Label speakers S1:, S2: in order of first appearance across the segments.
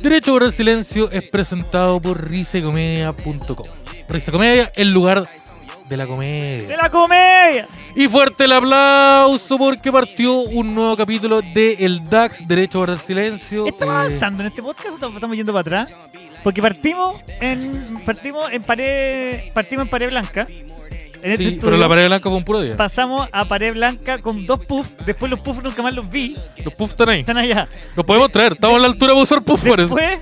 S1: Derecho por el Silencio es presentado por risecomedia.com. Risecomedia, el lugar de la
S2: ¡De
S1: comedia.
S2: la comedia!
S1: Y fuerte el aplauso porque partió un nuevo capítulo de El DAX, Derecho por el Silencio.
S2: ¿Estamos
S1: Eh,
S2: avanzando en este podcast o estamos yendo para atrás? Porque partimos en partimos en pared partimos en pared blanca. En este
S1: sí,
S2: estudio.
S1: pero la pared blanca fue un puro día.
S2: Pasamos a pared blanca con dos puffs. Después los puffs nunca más los vi.
S1: Los puffs están ahí.
S2: Están allá.
S1: Los podemos traer. Estamos a la altura de usar puffs, parece.
S2: Después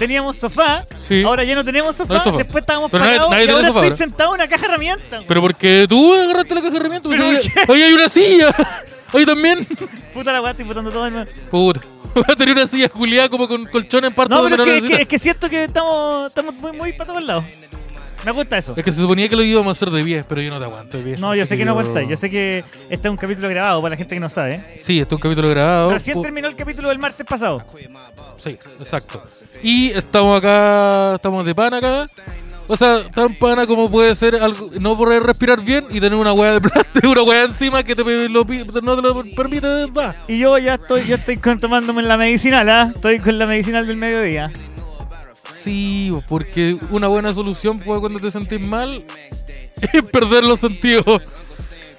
S2: teníamos sofá.
S1: Sí.
S2: Ahora ya no tenemos sofá.
S1: No hay sofá.
S2: Después estábamos
S1: Pero nadie-
S2: parados.
S1: nadie
S2: y
S1: tiene
S2: ahora
S1: sofá
S2: estoy
S1: ahora.
S2: sentado en una caja de herramientas.
S1: Pero porque tú agarraste la caja de herramientas.
S2: ¿Pero
S1: porque
S2: por
S1: Ahí hay una silla. Ahí también.
S2: Puta la weá, estoy botando todo de nuevo.
S1: Puta. Voy a tener una silla culiada como con colchón en parte
S2: No,
S1: de
S2: pero es
S1: la
S2: que, es, que,
S1: necesidad.
S2: es que siento que estamos, estamos muy, muy para todos lados. Me gusta eso.
S1: Es que se suponía que lo íbamos a hacer de 10, pero yo no te aguanto de 10.
S2: No, yo
S1: así
S2: sé que no aguantáis. Yo sé que este es un capítulo grabado para la gente que no sabe.
S1: Sí, este es un capítulo grabado.
S2: Recién
S1: Pu-
S2: terminó el capítulo del martes pasado.
S1: Sí, exacto. Y estamos acá, estamos de pana acá. O sea, tan pana como puede ser algo, no poder respirar bien y tener una hueá de plástico, una hueá encima que te pe- lo pi- no te lo permite más.
S2: Y yo ya estoy, yo estoy con- tomándome la medicinal, ¿ah? Estoy con la medicinal del mediodía.
S1: Sí, porque una buena solución pues, cuando te sentís mal es perder los sentidos.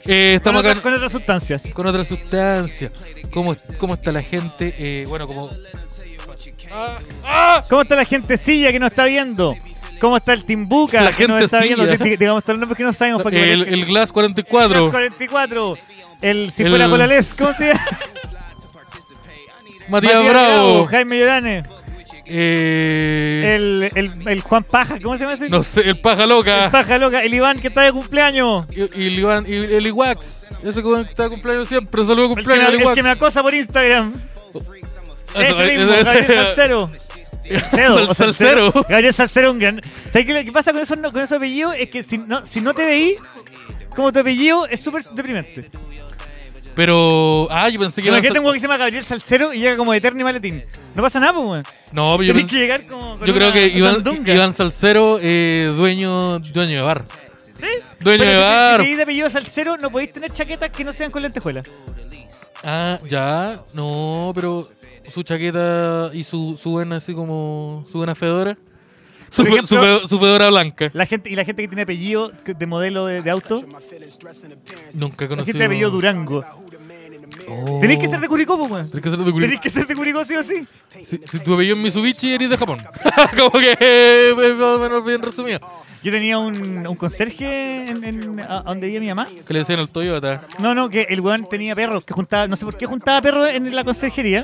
S1: Eh,
S2: Con,
S1: estamos acá
S2: otras- con otras sustancias.
S1: con otra sustancia. ¿Cómo, cómo está la gente? Eh, bueno, como... Ah, ah.
S2: ¿Cómo está la gente silla que nos está viendo? ¿Cómo está el Timbuca
S1: La
S2: que nos
S1: gente
S2: está viendo?
S1: silla.
S2: Dig- Digamos todos los nombres que no sabemos para que
S1: El,
S2: parezca-
S1: el Glass
S2: Las
S1: 44.
S2: 44. El si
S1: El-
S2: fuera Colales, ¿cómo se llama?
S1: Matías,
S2: Matías
S1: Bravo.
S2: Jaime Llorane.
S1: eh,
S2: El, el, el Juan Paja, ¿cómo se llama ese?
S1: no sé, el Paja
S2: El
S1: Loca.
S2: Paja Loca, el Iván que está de cumpleaños.
S1: Y, y el Iván- y el Iwax. Ese que está de cumpleaños siempre. Saludos de
S2: El que, me,
S1: cumpleaños al
S2: el que
S1: Iwax.
S2: me acosa por Instagram.
S1: Eso,
S2: Ese mismo,
S1: ese-
S2: Gabriel
S1: ese-
S2: Salcero. Salcedo,
S1: Salcero.
S2: o Salcero. Gabriel Salcero, un gran. ¿Sabes qué, lo que pasa con esos, no- con esos apellidos? Es que si no, si no te veí, como tu apellido es súper deprimente.
S1: Pero. Ah, yo pensé que iba a
S2: Imagínate
S1: ser-
S2: un weón que se llama Gabriel Salcero y llega como de Eterno y Maletín. No pasa nada, pues, weón.
S1: No, pero yo,
S2: Tienes
S1: pensé-
S2: que llegar como. con
S1: yo creo
S2: una
S1: que Iván,
S2: sandunga.
S1: Iván Salcero, eh, dueño, dueño de bar.
S2: ¿Sí?
S1: Dueño de
S2: Pero si te-
S1: bar.
S2: Si te de apellido Salcero, no podéis tener chaquetas que no sean con lentejuelas.
S1: Ah, ya, no, pero su chaqueta y su, su buena así como su buena fedora. Su,
S2: Por
S1: fe- su
S2: ejemplo-
S1: fe- su fedora blanca.
S2: La gente, y la gente que tiene apellido que- de modelo de, de auto,
S1: Nunca he
S2: la
S1: conocido.
S2: gente de apellido Durango.
S1: Oh.
S2: Tenéis que ser de Curicó, pues, weón.
S1: Tenés que ser de Curicó.
S2: Tenéis que ser de Curicó, sí o sí.
S1: Si, si tu apellido es Mitsubishi, eres de Japón. como que eh, más o menos bien resumido.
S2: Yo tenía un, un conserje en, en- a, a donde vivía mi mamá.
S1: Que le decían el Toyota.
S2: No, no, que el weón tenía perros, que juntaba, no sé por qué juntaba perros en la conserjería.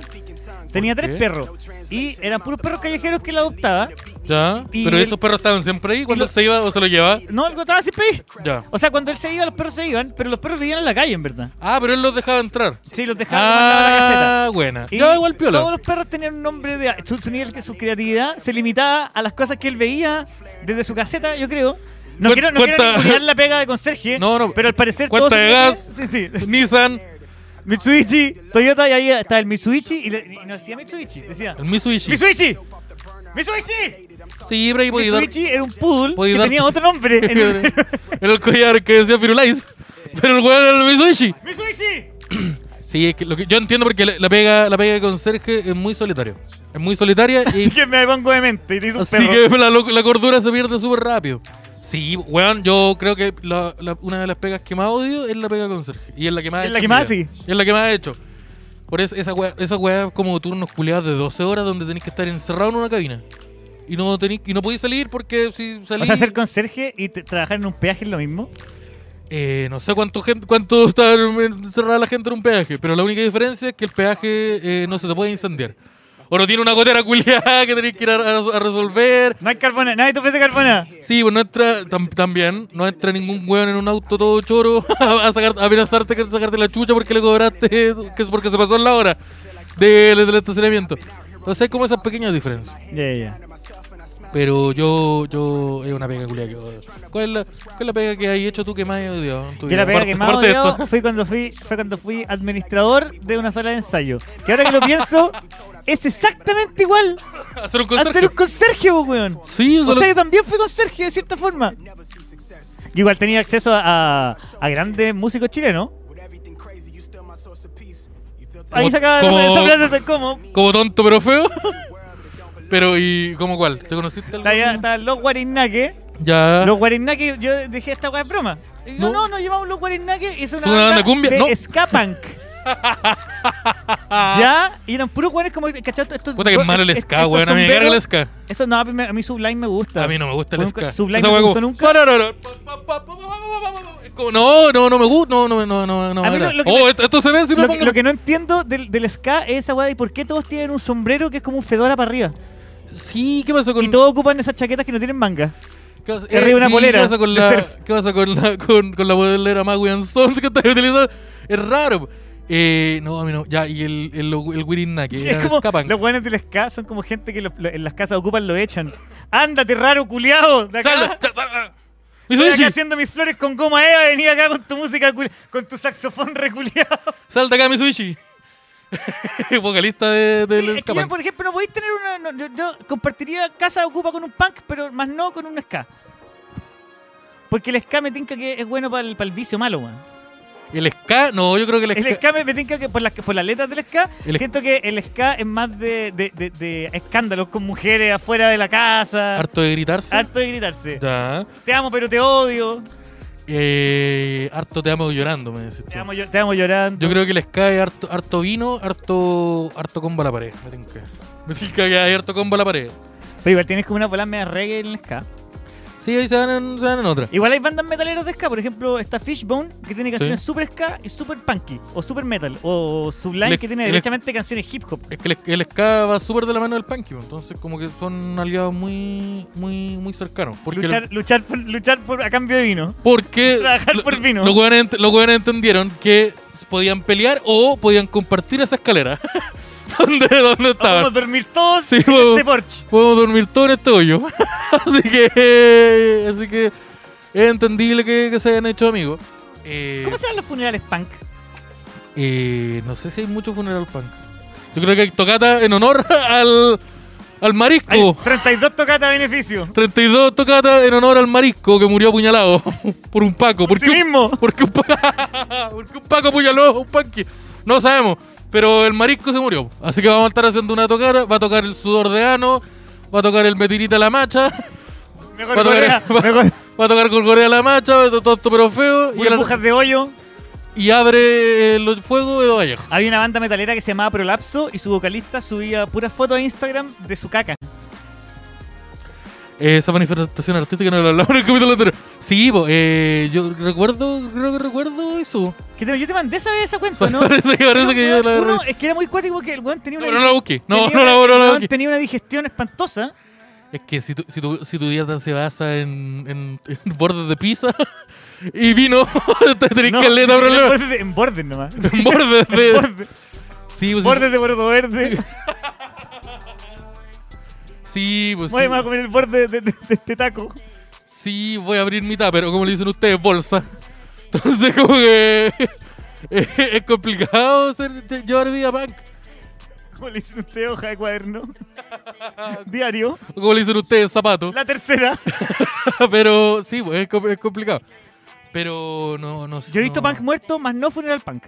S2: Tenía
S1: ¿Por
S2: tres
S1: qué?
S2: perros. Y eran puros perros callejeros que él adoptaba.
S1: Ya.
S2: Y
S1: Pero
S2: el-
S1: esos perros estaban siempre ahí cuando
S2: y lo-
S1: se iba o se lo llevaba.
S2: No, él botaba sin pedir.
S1: Ya.
S2: O sea, cuando él se iba, los perros se iban, pero los perros vivían en la calle, en verdad.
S1: Ah, pero él los dejaba entrar.
S2: Sí, los dejaba los mandaba a la caseta.
S1: Ah, buena.
S2: Y
S1: Ya igual piola.
S2: Todos los perros tenían un nombre de. Su, su nivel- su creatividad se limitaba a las cosas que él veía desde su caseta, yo creo. No
S1: Cuen-
S2: quiero, no quiero
S1: cuenta-
S2: ningunear la pega de conserje,
S1: No, no.
S2: pero al parecer
S1: Cuenta
S2: todos
S1: de
S2: sus- Sí, sí.
S1: Nissan,
S2: Mitsubishi, Toyota, y ahí está el Mitsubishi, y, le- y no decía Mitsubishi, decía
S1: el Mitsubishi.
S2: ¡Mitsubishi! ¡Mitsubishi!
S1: Sí, pero ahí podía dar-
S2: Mitsubishi era un poodle
S1: Podía
S2: que
S1: dar-
S2: tenía otro nombre. en el-
S1: Era el collar que decía Firulais. Pero el weón era el Mitsubishi.
S2: ¡Mitsubishi!
S1: Sí, es que lo que yo entiendo porque la la pega, la pega de conserje es muy solitario. Es muy solitaria y
S2: Así que me pongo de mente y te hizo un
S1: así
S2: perro.
S1: que la, lo- la cordura se pierde súper rápido. Sí, weón, yo creo que la- la- una de las pegas que más odio es la pega de conserje. Y es la que más he
S2: Es
S1: hecho
S2: la que
S1: en
S2: más,
S1: mi vida. Es la que más he hecho. Por eso, esa wea, esa wea como turnos culiados de 12 horas donde tenéis que estar encerrado en una cabina. Y no tenéis, y no podéis salir porque si salís...
S2: O sea, ser conserje y te- trabajar en un peaje es lo mismo.
S1: Eh, no sé cuánto, gen- cuánto está encerrada la gente en un peaje, pero la única diferencia es que el peaje eh, no se te puede incendiar. O no tiene una gotera culiada que tenés que ir a, a- a resolver.
S2: No hay carbona, nadie te ofrece carbona.
S1: Sí, pues no entra, tam- también, no entra ningún weón en un auto todo choro a, sacar, a amenazarte que sacarte la chucha porque le cobraste, que es porque se pasó la hora de- del estacionamiento. Entonces hay como esas pequeñas diferencias.
S2: Ya, ya, ya.
S1: Pero yo, yo, es una pega culiada que odio. ¿Cuál es, la, cuál es la pega que has hecho tú que más has odiado? en tu
S2: Yo la
S1: vida?
S2: pega
S1: Aparte-
S2: que más
S1: aparte de esto.
S2: odiado fue cuando fui, fue cuando fui administrador de una sala de ensayo. Que ahora que lo pienso, es exactamente igual
S1: Hacer un
S2: a
S1: conserje.
S2: ser un conserje, po, weón.
S1: Sí,
S2: O
S1: solo-
S2: sea, yo también fui conserje de cierta forma. Yo igual tenía acceso a, a- a grandes músicos chilenos. Ahí
S1: Como-
S2: sacaba
S1: como-
S2: esa frase de cómo.
S1: como tonto pero feo. Pero, ¿y cómo cuál? ¿Te conociste algo?
S2: Estaban los guarinnaques.
S1: Ya.
S2: Los guarinnaques, yo dejé esta weá en broma. Y yo,
S1: Ah. No.
S2: no. no, llevamos los guarinnaques. Es una,
S1: una banda cumbia,
S2: de
S1: no.
S2: ska punk. ya, y eran puros guanes como. ¿Cachai? Estos-
S1: Puta que es malo el
S2: est-
S1: ska,
S2: estos
S1: weón. A mí me carga el
S2: sombreros-
S1: ska.
S2: Eso no, a mí, me- a mí Sublime me gusta.
S1: A mí no me gusta el
S2: Nunca-
S1: ska.
S2: Sublime
S1: Esa
S2: no me
S1: weá
S2: gustó
S1: como-
S2: nunca.
S1: Pararara, pa, pa, pa, pa, pa, pa, pa, pa, pa. Es como, No, no, no me gusta. No, no, no, no, no.
S2: A mí
S1: me
S2: lo-
S1: agrada.
S2: lo que
S1: Oh,
S2: me-
S1: esto, esto se ve si me
S2: Lo, que-
S1: pongo.
S2: lo que no entiendo del, del ska es esa weá de por qué todos tienen un sombrero que es como un fedora para arriba.
S1: Sí, ¿qué pasa con
S2: Y todos ocupan esas chaquetas que no tienen manga.
S1: ¿Qué pasa, Eh,
S2: Arriba una
S1: sí,
S2: polera
S1: ¿Qué pasa con
S2: de
S1: la,
S2: surf.
S1: ¿qué pasa con la, con, con la polera más Sons que estás utilizando? Es raro. Eh, no, a mí no. Ya, y el, el, el Wirinna, que
S2: Sí,
S1: era
S2: es como
S1: escapan.
S2: los weones del ska son como gente que los- lo- en las casas ocupan lo echan. ¡Ándate, raro, culiao! De acá,
S1: ¡Sal! ¡Sal! sal! Y
S2: estoy acá
S1: Sushi,
S2: haciendo mis flores con goma Eva, venía acá con tu música, culi- con tu saxofón reculiao.
S1: ¡Sal de acá, Mitsubishi! Vocalista de, del
S2: Sí, es que yo,
S1: escapan.
S2: por ejemplo, no podéis tener una. no- yo, yo compartiría casa ocupa con un punk, pero más no con un ska. Porque el ska me tinca que es bueno para el, vicio malo, weón.
S1: El ska, no, yo creo que el ska.
S2: El ska me, me tinca que por las, por las letras del ska,
S1: El-
S2: siento que el ska es más de, de, de- de escándalos con mujeres afuera de la casa.
S1: harto de gritarse.
S2: Harto de gritarse.
S1: Ya.
S2: Te amo, pero te odio.
S1: Eh, harto te amo llorando, me decís tú.
S2: Te amo, llo- te amo llorando.
S1: Yo creo que el ska es harto, harto vino, harto, harto combo a la pared. Me tinca. Me tinca que hay harto combo a la pared.
S2: Pero igual tienes como una bola media reggae en el ska.
S1: Sí, ahí se dan en, se dan en otra.
S2: Igual hay bandas metaleras de ska. Por ejemplo, está Fishbone, que tiene canciones super ska y super punky. O super metal. O Sublime,
S1: Le-
S2: que tiene
S1: le-
S2: derechamente canciones hip hop.
S1: Es que el, el ska va súper de la mano del punk, ¿no? entonces como que son aliados muy muy muy cercanos. Porque,
S2: Luchar, luchar, por, luchar por, a cambio de vino.
S1: porque
S2: trabajar por vino.
S1: Los hueones ent- los hueones entendieron que podían pelear o podían compartir esa escalera. ¿Dónde, dónde
S2: O Vamos a
S1: estaban?
S2: dormir todos
S1: Sí,
S2: en
S1: vamos.
S2: este porche.
S1: Podemos dormir todo en este hoyo. así que así que es entendible que, que se hayan hecho amigos. Eh,
S2: ¿Cómo serán los funerales punk?
S1: Eh, no sé si hay mucho funeral punk. Yo creo que hay tocata en honor al, al
S2: Hay
S1: marisco.
S2: 32 tocatas a beneficio.
S1: 32 tocata en honor al marisco que murió apuñalado por un paco. ¿Por
S2: Por
S1: qué
S2: sí
S1: un-
S2: mismo.
S1: por qué un, pa- por qué un paco apuñaló a un panqui? No sabemos. Pero el marisco se murió. Así que vamos a estar haciendo una tocata. Va a tocar el sudor de ano. Va a tocar el metirita la macha.
S2: Mejor
S1: Va a
S2: correa.
S1: tocar-
S2: Mejor
S1: Va a tocar Gorgorea la macha. Todo esto pero feo. Y, a la-
S2: burbujas de hoyo.
S1: y abre el fuego de Vallejo.
S2: Había una banda metalera que se llamaba Prolapso y su vocalista subía puras fotos a Instagram de su caca.
S1: Eh, Esa manifestación artística no la hablamos en el capítulo anterior. Sí, po, eh, yo recuerdo, creo que recuerdo eso.
S2: Que te- yo te mandé esa vez esa cuenta, ¿no?
S1: parece que, parece que yo la.
S2: Uno, es que era muy cuático que el weón tenía
S1: No,
S2: una,
S1: pero no la busqué. No,
S2: tenía
S1: no la,
S2: una-
S1: no la
S2: el weón
S1: busqué.
S2: tenía una digestión espantosa.
S1: Es que si tu, si tu, si tu dieta se basa en, en, en bordes de pizza y vino, te tenés
S2: No,
S1: caleta,
S2: En
S1: problema.
S2: bordes, de- en bordes nomás.
S1: En bordes de.
S2: Bordes,
S1: sí, pues.
S2: bordes de bordo verde.
S1: Sí, pues.
S2: Voy
S1: Sí,
S2: a comer el borde de, de- de este taco.
S1: sí, voy a abrir mi pero como le dicen ustedes, bolsa. Entonces, como que. Es complicado ser, llevar vida punk.
S2: Como le dicen usted, hoja de cuaderno. Diario.
S1: Como le dicen ustedes, zapato.
S2: La tercera.
S1: pero sí, pues, es, com- es complicado. Pero no, no sé.
S2: Yo he visto
S1: no.
S2: punk muerto, más no funeral punk.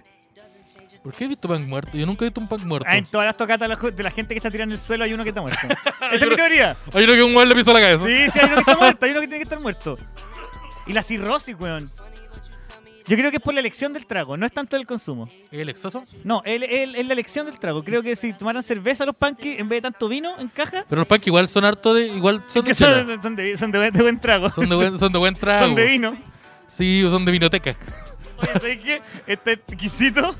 S1: ¿Por qué he visto punk muerto? Yo nunca he visto un punk muerto.
S2: Ah, en todas las tocatas de la- de la gente que está tirando el suelo hay uno que está muerto. Esa es mi teoría.
S1: Hay uno que un weón le pisó la cabeza.
S2: Sí, sí, hay uno que está muerto, hay uno que tiene que estar muerto. Y la cirrosis, weón. Yo creo que es por la elección del trago, no es tanto el consumo.
S1: ¿El exceso?
S2: No, el- el- es la elección del trago. Creo que si tomaran cerveza los punkies en vez de tanto vino en caja,
S1: Pero los punk igual son harto de. Igual son de.
S2: que
S1: chela.
S2: son, son de, son de buen- de buen trago.
S1: Son de buen, son de buen trago.
S2: Son de vino.
S1: Sí, son de vinoteca.
S2: Oye, ¿sabes qué? Este exquisito.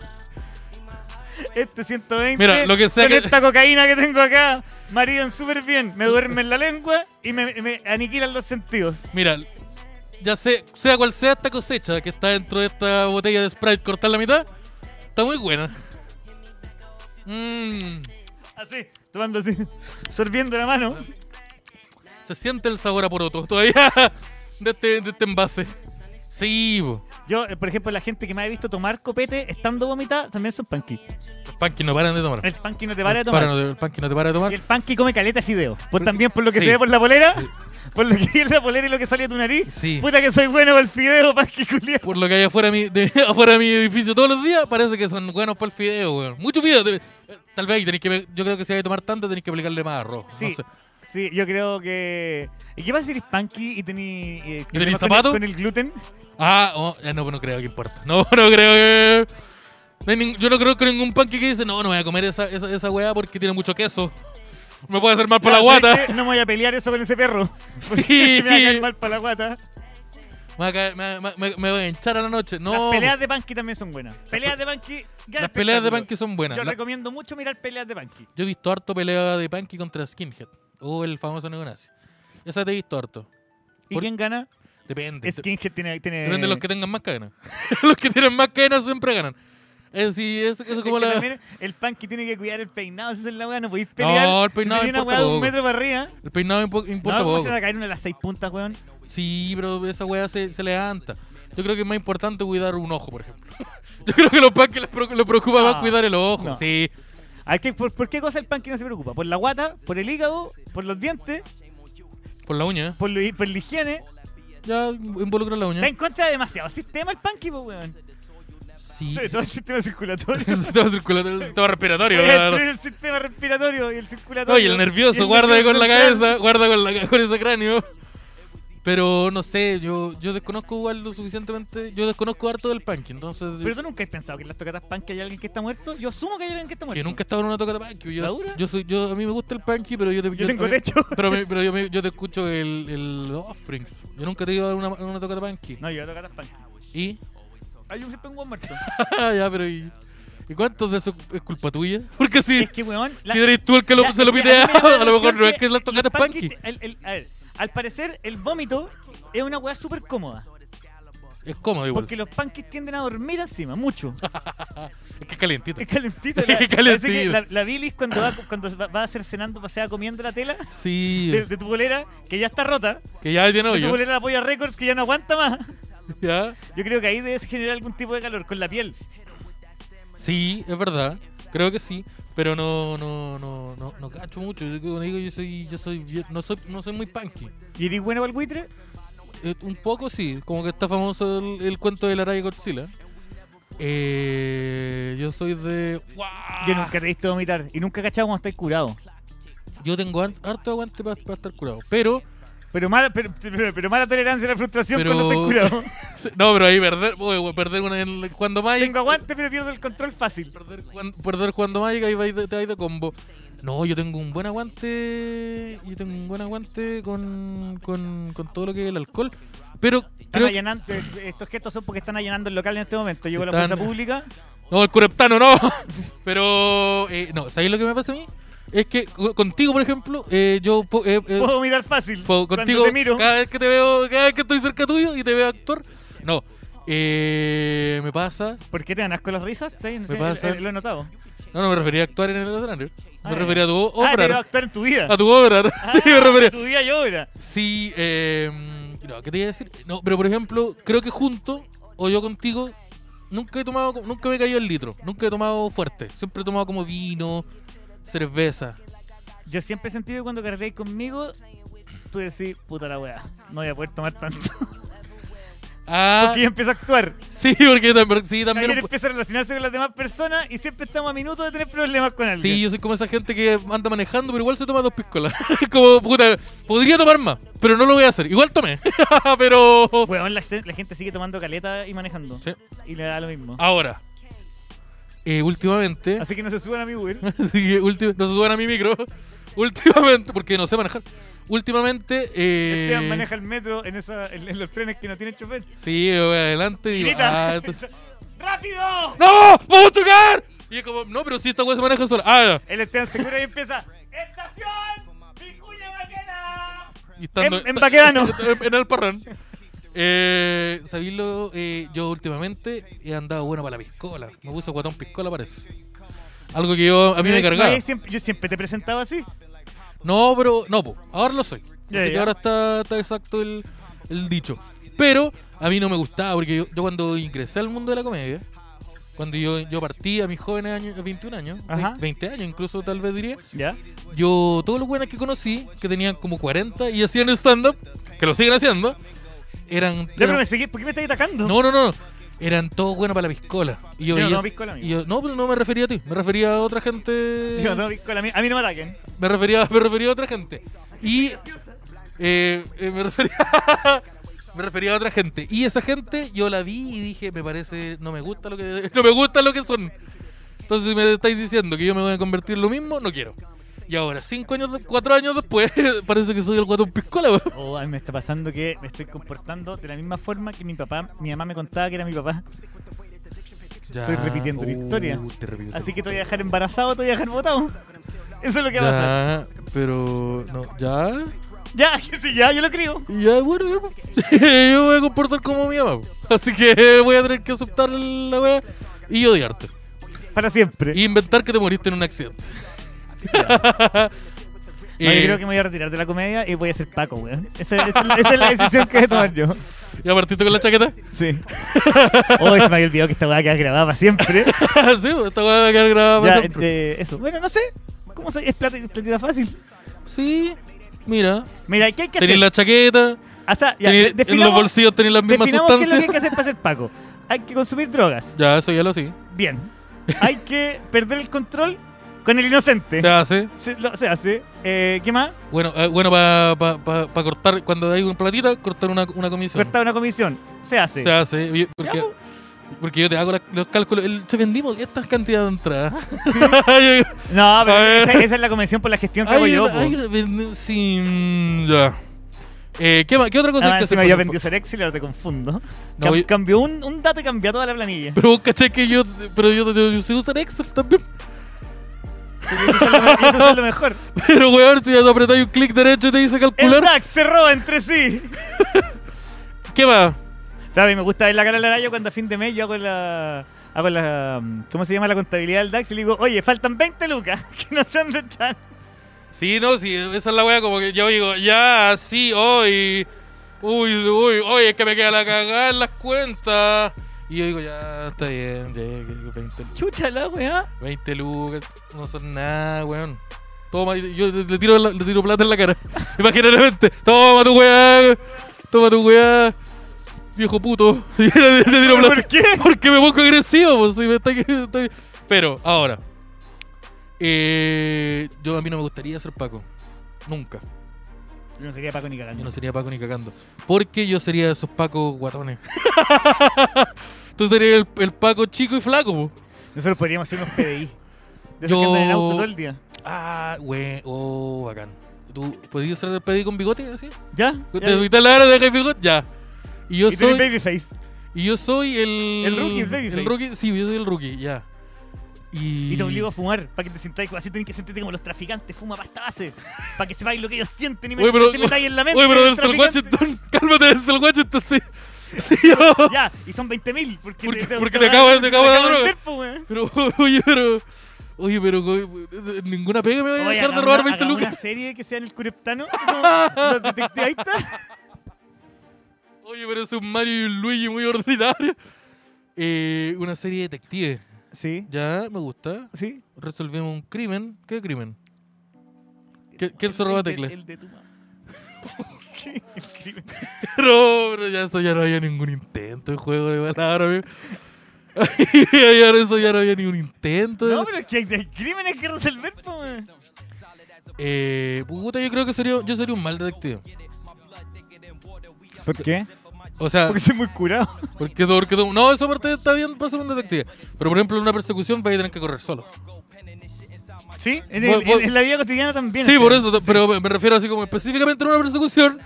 S2: Este 120.
S1: Mira, lo que sea
S2: con
S1: que-
S2: esta cocaína que tengo acá. Maridan súper bien. Me duermen la lengua y me, me aniquilan los sentidos.
S1: Mira, ya sé, sea cual sea esta cosecha que está dentro de esta botella de Sprite cortar la mitad, está muy buena. Mmm.
S2: Así, tomando así, sorbiendo la mano.
S1: Se siente el sabor a poroto todavía de este, de este envase. Sí, po.
S2: Yo, eh, por ejemplo, la gente que me ha visto tomar copete estando vomitada también son punky.
S1: Los punky no paran de tomar.
S2: El punky no te para de
S1: El
S2: tomar.
S1: para no te- el punky no te para de
S2: Y
S1: tomar.
S2: el punky come caleta de fideo. Pues también por lo que
S1: Sí.
S2: se ve por la polera, Por lo que es la polera y lo que sale de tu nariz.
S1: Sí.
S2: Puta que soy bueno para el fideo, pan que culiao.
S1: Por lo que hay afuera mi- de mi, afuera de mi edificio todos los días, parece que son buenos para el fideo, weón. Mucho fideo. te- eh, Tal vez ahí tenéis que. Yo creo que si hay que tomar tanto, tenéis que aplicarle más arroz. no
S2: Sí.
S1: sé.
S2: Sí, yo creo que. ¿Y qué pasa si eres punky y tenés. eh,
S1: ¿Y tenés
S2: problemas con el-
S1: zapato?
S2: Con el gluten.
S1: Ah, oh, eh, no, no creo que importa. No, no creo que. no hay nin- yo no creo que ningún panque que dice, no, no voy a comer esa, esa, esa weá porque tiene mucho queso. Me puede hacer mal por la
S2: Ah,
S1: guata.
S2: ¿sabes qué? No me voy a pelear eso con ese perro. Porque
S1: Sí.
S2: me va a caer mal para la guata.
S1: Me, va a caer- me, me- me- me voy a hinchar a la noche. No,
S2: Las peleas de punky también son buenas. Peleas de punky. gran
S1: las peleas de
S2: espectáculo.
S1: panque son buenas.
S2: Yo
S1: La-
S2: recomiendo mucho mirar peleas de punky.
S1: Yo he visto harto pelea de Panky contra Skinhead. O el famoso neonazi. Esa te he visto harto.
S2: ¿Y
S1: Por-
S2: quién gana?
S1: Depende.
S2: Es que tiene. tiene
S1: Depende de los que tengan más cadenas. los que tienen más cadenas siempre ganan. Es, sí, es, eso
S2: es
S1: como
S2: que
S1: la...
S2: también el punky tiene que cuidar el peinado. Si esa es la weá, no podéis pelear.
S1: No, el peinado
S2: si tenés
S1: importa
S2: una weá de un
S1: poco.
S2: metro para arriba.
S1: El peinado impo- importa
S2: no, pues, ¿cómo
S1: poco.
S2: se va a caer una de las seis puntas, weón?
S1: Sí, pero esa weá se, se levanta. Yo creo que es más importante cuidar un ojo, por ejemplo. Yo creo que los panques les, preocu- les preocupa más
S2: No,
S1: cuidar el ojo.
S2: no.
S1: Sí.
S2: A ver, ¿qué- por, por qué cosa el punky no se preocupa? ¿Por la guata? ¿Por el hígado? ¿Por los dientes?
S1: Por la uña.
S2: ¿Por, lo- por la higiene?
S1: Ya involucra la
S2: Está
S1: uña.
S2: en contra de demasiado sistema el punky, pues, weón.
S1: Sí.
S2: Sobre todo el sistema circulatorio.
S1: El sistema circulatorio, el sistema respiratorio.
S2: Entre
S1: weón.
S2: el sistema respiratorio y el circulatorio.
S1: Oye, el nervioso,
S2: Y el
S1: guarda ahí con
S2: nervio
S1: la
S2: central.
S1: cabeza, guarda con, la, con ese cráneo. Pero no sé, yo, yo desconozco igual lo suficientemente, yo desconozco harto del punk, entonces
S2: Pero tú nunca has pensado que en las tocatas punk hay alguien que está muerto. Yo asumo que hay alguien que está muerto.
S1: que nunca he estado en una toca de punk.
S2: ¿La
S1: Yo,
S2: dura?
S1: yo soy, yo, a mí me gusta el punk, pero yo te
S2: Yo tengo
S1: a mí-
S2: techo.
S1: Pero, me- pero yo, me- yo te escucho el, el Offspring. Yo nunca te he ido a una, a una tocata punky.
S2: No, yo a tocatas punk.
S1: ¿Y?
S2: Hay un siempre un weón muerto.
S1: ya, pero ¿y, ¿y cuántos de eso es culpa tuya? Porque si,
S2: es que, weón. la-
S1: si eres tú el que lo,
S2: la-
S1: se lo
S2: es que a mí me
S1: pitea,
S2: da la
S1: a lo mejor
S2: impresión
S1: no es
S2: que
S1: que la tocata
S2: punky
S1: punky.
S2: te- el- el- a ver, al parecer, el vómito es una weá súper cómoda.
S1: Es cómodo igual.
S2: Porque los punkies tienden a dormir encima, mucho.
S1: Es que es calientito.
S2: Es calentito. La,
S1: Es
S2: parece que
S1: calentito.
S2: la, la bilis cuando va, cuando va- va a hacer cenando, o sea, comiendo la tela
S1: Sí,
S2: de, de tu bolera, que ya está rota.
S1: que ya tiene
S2: De tu
S1: hoyo.
S2: bolera de apoya récords que ya no aguanta más.
S1: ¿Ya?
S2: Yo creo que ahí debes generar algún tipo de calor con la piel.
S1: Sí, es verdad. Creo que sí, pero no no no no no cacho mucho. Yo como digo, yo soy yo soy bien- no soy no soy muy punky.
S2: ¿Y eres bueno para el buitre?
S1: Eh, un poco sí, como que está famoso el, el cuento de la raya Godzilla. Eh, yo soy de Ah.
S2: Yo nunca te he visto vomitar y nunca he cachado cuando estáis curado.
S1: yo tengo har- harto aguante para estar curado, pero
S2: Pero mala, pero, pero- pero mala tolerancia a la frustración
S1: Pero-
S2: cuando estáis curado.
S1: no, pero ahí perder, uy, uy, perder una en- cuando más
S2: Tengo aguante, pero pierdo el control fácil.
S1: Perder, cuan- perder cuando más y vais de- te vais de combo. No, yo tengo un buen aguante. Yo tengo un buen aguante con, con, con todo lo que es el alcohol. Pero
S2: Están
S1: creo que.
S2: allanando, eh, estos gestos son porque están allanando el local en este momento. Llegó la
S1: están-
S2: fuerza pública.
S1: No, el cureptano no. Pero. eh, no, ¿sabéis lo que me pasa a mí? Es que co- contigo, por ejemplo, eh, yo. po- eh, eh,
S2: Puedo vomitar fácil.
S1: po-
S2: Oh, Cuando
S1: contigo,
S2: te miro.
S1: cada vez que te veo, cada vez que estoy cerca tuyo y te veo actor. No. Eh, me pasa.
S2: ¿Por qué te ganas con las risas? Sí, no
S1: Me
S2: sé,
S1: pasa.
S2: lo he notado.
S1: No, no me refería a actuar en el escenario.
S2: Ah,
S1: Me
S2: ya.
S1: refería a tu o-
S2: Ah, te iba a
S1: obrar.
S2: actuar en tu vida.
S1: A tu obrar. Sí, me
S2: Ah,
S1: refería.
S2: Tu día y obra.
S1: Sí, eh, no, ¿qué te iba a decir? No, pero por ejemplo, creo que junto o yo contigo nunca he tomado, nunca me he caído el litro, nunca he tomado fuerte, siempre he tomado como vino, cerveza.
S2: Yo siempre he sentido que cuando cargáis conmigo, tú decís, puta la weá, no voy a poder tomar tanto.
S1: Ah,
S2: Porque yo empiezo a actuar.
S1: sí, porque también, sí,
S2: También
S1: también.
S2: empieza a relacionarse con las demás personas y siempre estamos a minutos de tener problemas con alguien.
S1: Sí, yo soy como esa gente que anda manejando, pero igual se toma dos piscolas. como puta, podría tomar más, pero no lo voy a hacer. Igual tomé, pero
S2: Weón, la, la gente sigue tomando caleta y manejando.
S1: Sí. Ah,
S2: Y le da lo mismo.
S1: ahora. eh, últimamente,
S2: Así que no se suban a mi Uber.
S1: Así que últim- no se suban a mi micro. Últimamente, porque no sé manejar. Últimamente, eh,
S2: Esteban Este maneja el metro en, esa, en, en los trenes que no tienen chofer.
S1: Sí, yo voy adelante y digo,
S2: Grita.
S1: "Ah, esto es-
S2: ¡Rápido!
S1: ¡No! ¡Vamos a chocar! Y es como, no, pero si esta weá se maneja sola. Ah,
S2: El Esteban se cura y empieza. ¡Estación! ¡Vicuña Maquena!
S1: y estando,
S2: En- en Baquedano.
S1: en, en el parrón. Eh, ¿sabéis lo? Eh, yo últimamente he andado bueno para la piscola. Me puse guatón piscola, parece. Algo que yo a mí me
S2: Pero
S1: cargaba.
S2: ahí siempre- yo siempre te presentaba así.
S1: No, pero no, po, ahora lo soy.
S2: Ya,
S1: Así que
S2: ya.
S1: ahora está, está exacto el, el dicho. Pero a mí no me gustaba, porque yo, yo cuando ingresé al mundo de la comedia, Cuando yo, yo partí a mis jóvenes años, 21 años,
S2: Ajá.
S1: 20 años incluso tal vez diría,
S2: ¿Ya?
S1: yo, todos los buenos que conocí, que tenían como 40 y hacían stand-up, que lo siguen haciendo, eran...
S2: Ya, pero
S1: eran-
S2: me seguí, ¿por qué me estás atacando?
S1: no, no, no, eran todos buenos para la piscola. Y yo,
S2: Yo no
S1: veía-
S2: tomo piscola, amigo.
S1: y yo- no, pero no me refería a ti, me refería a otra gente...
S2: Yo no, con la mía- a mí no me ataquen.
S1: Me refería, me refería a otra gente. Y. eh, eh, me refería. me refería a otra gente. Y esa gente yo la vi y dije, me parece. No me gusta lo que. No me gusta lo que son. Entonces si me estáis diciendo que yo me voy a convertir en lo mismo, no quiero. Y ahora, cinco años, de- cuatro años después, parece que soy el guatón piscola, weón.
S2: Oh, a mí me está pasando que me estoy comportando de la misma forma que mi papá, mi mamá me contaba que era mi papá. Estoy repitiendo tu historia. Así que te voy a dejar embarazado, te voy a dejar botado. Eso es lo que va a pasar.
S1: Ya, pero. No, ya.
S2: Ya, que sí, ya, yo lo creo.
S1: Ya, bueno, ya, po. yo voy a comportar como mi mamá. po. Así que voy a tener que aceptar la wea y odiarte.
S2: Para siempre.
S1: Y inventar que te moriste en un accidente.
S2: No, yo
S1: Eh,
S2: creo que me voy a retirar de la comedia y voy a ser Paco, weón. Esa, esa es la- esa es la decisión que voy a tomar yo.
S1: ¿Ya partiste con la chaqueta?
S2: Sí. Oh, se me había olvidado que esta weá queda grabada para siempre.
S1: sí, po, pues, esta wea va a quedar grabada para
S2: ya,
S1: siempre.
S2: eh, eso. Bueno, no sé. ¿Cómo se.? Es plata- es platita fácil.
S1: Sí, mira.
S2: Mira, ¿qué hay que hacer? Ah,
S1: Tenéis la chaqueta,
S2: O sea,
S1: tenés-
S2: ya, de-
S1: en los
S2: definamos,
S1: bolsillos tenéis las mismas
S2: definamos qué es lo que hay
S1: sustancias.
S2: que hacer para ser Paco. Hay que consumir drogas.
S1: Ya, eso ya lo sí.
S2: Bien. Hay que perder el control con el inocente.
S1: Se hace.
S2: Se, lo- se hace. Eh, ¿Qué más?
S1: Bueno, eh, bueno para cortar, cuando hay una platita, cortar una, una comisión.
S2: Cortar una comisión. Se hace.
S1: Se hace. oye, Porque,
S2: Ya, pues.
S1: porque yo te hago la- los cálculos. El- se vendimos estas cantidades de entradas. Yo-
S2: No, pero
S1: A ver.
S2: esa, esa es la convención por la gestión que hago
S1: Hay
S2: yo.
S1: una-
S2: po.
S1: hay una- ven- sí, mm, ya. Eh, ¿qué, ma- qué otra cosa hay
S2: Ah,
S1: que hacer?
S2: encima yo
S1: por
S2: aprendí
S1: ejemplo?
S2: a usar Excel, ahora te confundo.
S1: No,
S2: Cam-
S1: yo-
S2: Cambió un, un dato y cambió toda la planilla.
S1: Pero vos caché que yo, pero yo, yo, yo sé usar Excel también.
S2: Porque Eso es lo, me- eso es lo mejor.
S1: Pero weón, si apretáis un clic derecho y te dice
S2: El
S1: calcular,
S2: DAX se roba entre sí.
S1: ¿qué va?
S2: Claro, y me gusta ver la cara de la araña cuando a fin de mes yo hago la. Hago la. ¿Cómo se llama la contabilidad del DAX? Y le digo, oye, faltan 20 lucas, que no sé dónde están.
S1: Sí, no, sí, esa es la wea como que yo digo, ya, sí, hoy. Uy, uy, hoy es que me queda la cagada en las cuentas. Y yo digo, ya, está bien, ya, que- que 20,
S2: Chucha la weá.
S1: 20 lucas, no son nada, weón. Toma, y yo le le tiro, la- le tiro plata en la cara. Imaginariamente, toma tu weá, toma tu weá, viejo puto. Y le, le tiro plata.
S2: ¿Por qué?
S1: Porque me pongo agresivo, pues, si me está- estoy- Pero, ahora. eh, yo a mí no me gustaría ser Paco. Nunca.
S2: Yo no sería Paco ni
S1: Yo
S2: cagando.
S1: no sería Paco ni cagando. Porque yo sería de esos Pacos guatones. Tú serías el, el Paco chico y flaco, po.
S2: Nosotros podríamos hacer unos PDI. De esos
S1: Yo-
S2: que andan en el auto todo el día.
S1: Ah, güey. Oh, bacán. ¿Tú podías ser el pedido con bigote así?
S2: ¿Ya?
S1: ¿Te
S2: ya.
S1: evitas la hora de dejar bigote? Ya. Y yo
S2: Y tú eres
S1: soy.
S2: Babyface.
S1: Y yo soy el.
S2: El rookie, el babyface.
S1: El rookie, sí, yo soy el rookie, ya. Y.
S2: Y te obligo a fumar para que te sintáis así tenés que sentirte como los traficantes, fuma pasta base, para que sepáis lo que ellos sienten y me
S1: Oye, pero-
S2: te metáis en la mente.
S1: Oye, pero
S2: del
S1: Denzel
S2: traficante.
S1: Washington, cálmate Denzel Washington, sí. Sí, yo-
S2: Ya, y son 20.000 porque,
S1: Porque- porque te acabo- te acabo de dar droga. Pero, oye, pero. Oye, pero co- ninguna pega me voy a dejar de robar 20
S2: una
S1: lucas.
S2: serie que sea en el Cureptano, como los detectives, ahí está.
S1: Oye, pero es un Mario y un Luigi muy ordinario. Eh, una serie de detectives.
S2: Sí,
S1: Ya, me gusta.
S2: sí.
S1: Resolvemos un crimen. ¿Qué crimen? ¿Qui- quién se roba
S2: El de-
S1: tecla?
S2: El de tu mamá. El crimen.
S1: No, pero ya eso ya no había ningún intento de juego de palabras. amigo. Ya eso ya no había ningún intento. de-
S2: No, pero es que hay- hay crímenes que resolver, po, weón.
S1: Eh, puta, yo creo que sería, yo sería un mal detective.
S2: ¿Por qué?
S1: O sea,
S2: Porque soy muy curado.
S1: porque, porque no, esa parte está bien para ser un detective. Pero por ejemplo, en una persecución vais a tener que correr solo.
S2: Sí, en,
S1: Voy-
S2: el-
S1: voy-
S2: en la vida cotidiana también.
S1: Sí, por
S2: este.
S1: eso, pero me refiero así como específicamente en una persecución,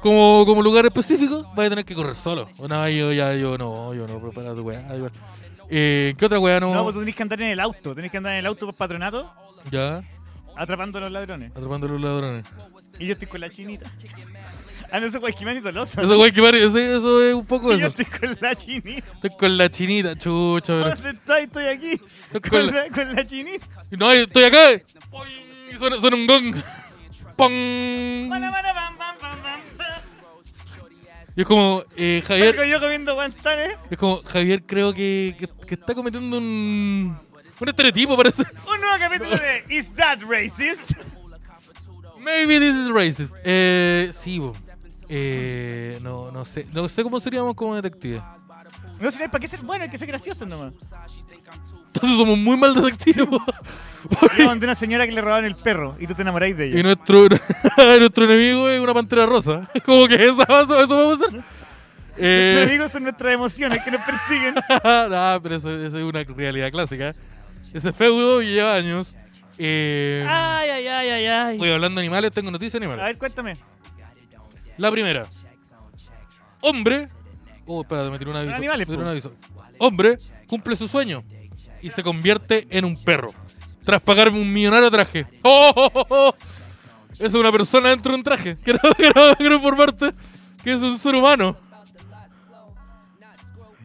S1: como, como lugar específico, vais a tener que correr solo. O No, yo ya, yo no, yo no, prepara tu weá, da igual. Eh, ¿Qué otra weá no?
S2: No, pues tú tenés que andar en el auto, tenés que andar en el auto por patronato
S1: Ya,
S2: atrapando a los ladrones.
S1: atrapando a los ladrones.
S2: Y yo estoy con la chinita. Ah, no, eso es Guayquimán y Tolosa.
S1: Eso, weá, que pare- ese- eso es un poco
S2: Y yo
S1: eso.
S2: estoy con la chinita.
S1: Estoy con la chinita, chucha, pero-
S2: ¿Dónde estás? Estoy aquí.
S1: Estoy
S2: Con
S1: con
S2: la, con la chinita.
S1: No, yo estoy acá. Poing, y Suena, suena un gong. ¡Pong!
S2: Bana, bana, bam, bam, bam, bam.
S1: Y es como, eh, Javier.
S2: Salgo yo comiendo guantanes.
S1: Es como, Javier, creo que, que, que está cometiendo un. Un estereotipo, parece.
S2: Un nuevo capítulo de Is That Racist?
S1: Maybe this is racist. Eh, sí, bo. Eh, no, no sé. No sé cómo seríamos como detectives.
S2: No sé, ¿para qué ser bueno? Hay que ser gracioso nomás.
S1: Entonces somos muy mal detectives. bo.
S2: Hablamos de una señora que le robaron el perro y tú te enamoráis de
S1: Y
S2: ella.
S1: nuestro, nuestro enemigo es una pantera rosa. Como que esa, eso, eso vamos a hacer.
S2: Nuestros
S1: Eh,
S2: amigos son nuestras emociones que nos persiguen.
S1: nah, pero eso, eso es una realidad clásica. Ese feudo lleva años. Eh,
S2: Ay, ay, ay, ay,
S1: Oye,
S2: ay.
S1: hablando de animales, tengo noticias de
S2: A
S1: animales.
S2: ver, cuéntame.
S1: La primera. Hombre. Oh, espérate, me tiró un aviso.
S2: Animales,
S1: me tiró
S2: po.
S1: un aviso. Hombre cumple su sueño y se convierte en un perro. Tras pagarme un millonario traje. ¡Oh! oh, oh, oh! Es una persona dentro de un traje. Quiero, quiero, quiero informarte que es un ser humano.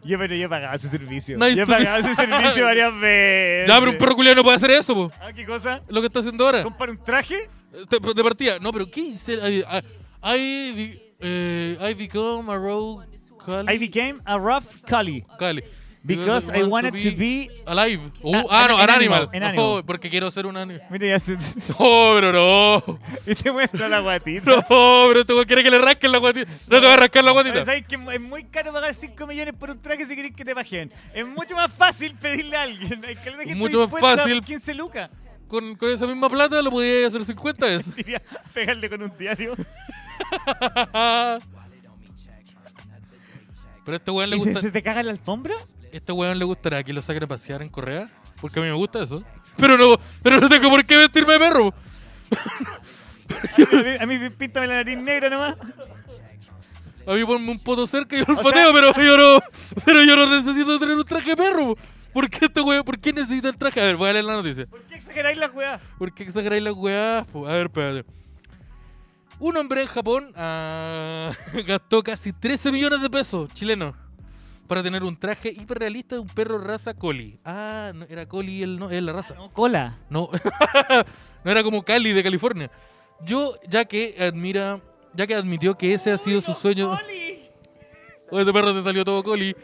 S2: Yo, pero yo pagaba ese servicio.
S1: Nice
S2: yo
S1: to be-
S2: pagaba ese servicio varias veces.
S1: Ya, pero un perro culiao no puede hacer eso, po.
S2: Ah, ¿qué cosa?
S1: Lo que está haciendo ahora.
S2: ¿Comprar un traje?
S1: De, de partida. No, pero ¿qué hice? I, I, I be- eh, I become a rogue.
S2: I became a rough collie
S1: Cali.
S2: because I wanted to be...
S1: Alive. Oh,
S2: Ah,
S1: ah,
S2: an-
S1: no,
S2: an
S1: an
S2: animal,
S1: animal.
S2: an animal.
S1: Oh, porque quiero ser un animal.
S2: Mira, ya se...
S1: Oh, pero no.
S2: y te muestra la guatita.
S1: No, pero este weón quiere que le rasquen la guatita. No te va a rascar la
S2: Pero
S1: guatita.
S2: sabes que es muy caro pagar 5 millones por un traje si querés que te bajen. Es mucho más fácil pedirle a alguien. Hay que le dejes
S1: Mucho más
S2: dispuesta
S1: fácil.
S2: por 15 lucas.
S1: Con, con esa misma plata lo podía hacer 50 veces.
S2: Diría, pegarle con un diario.
S1: Pero a este weón le
S2: ¿Y se,
S1: gusta.
S2: se te caga la alfombra?
S1: Este weón le gustará que lo saquen a pasear en Corea. Porque a mí me gusta eso. Pero no, pero no tengo por qué vestirme de perro.
S2: A mí, a mí píntame la nariz negra nomás.
S1: A mí ponme un poto cerca y yo lo
S2: O
S1: pateo, pero yo no. Pero yo no necesito tener un traje de perro. ¿Por qué este weón? ¿Por qué necesita el traje? A ver, voy a leer la noticia.
S2: ¿Por qué exageráis la weá?
S1: ¿Por qué exageráis las weas? po? A ver, espérate. Un hombre en Japón ah, gastó casi 13 millones de pesos chilenos para tener un traje hiperrealista de un perro raza Collie. Ah, no, era Collie el, no, es la raza.
S2: No, cola.
S1: No, no era como Cali de California. Yo, ya que admira, ya que admitió que ese ha sido su sueño. O este perro te salió todo coli.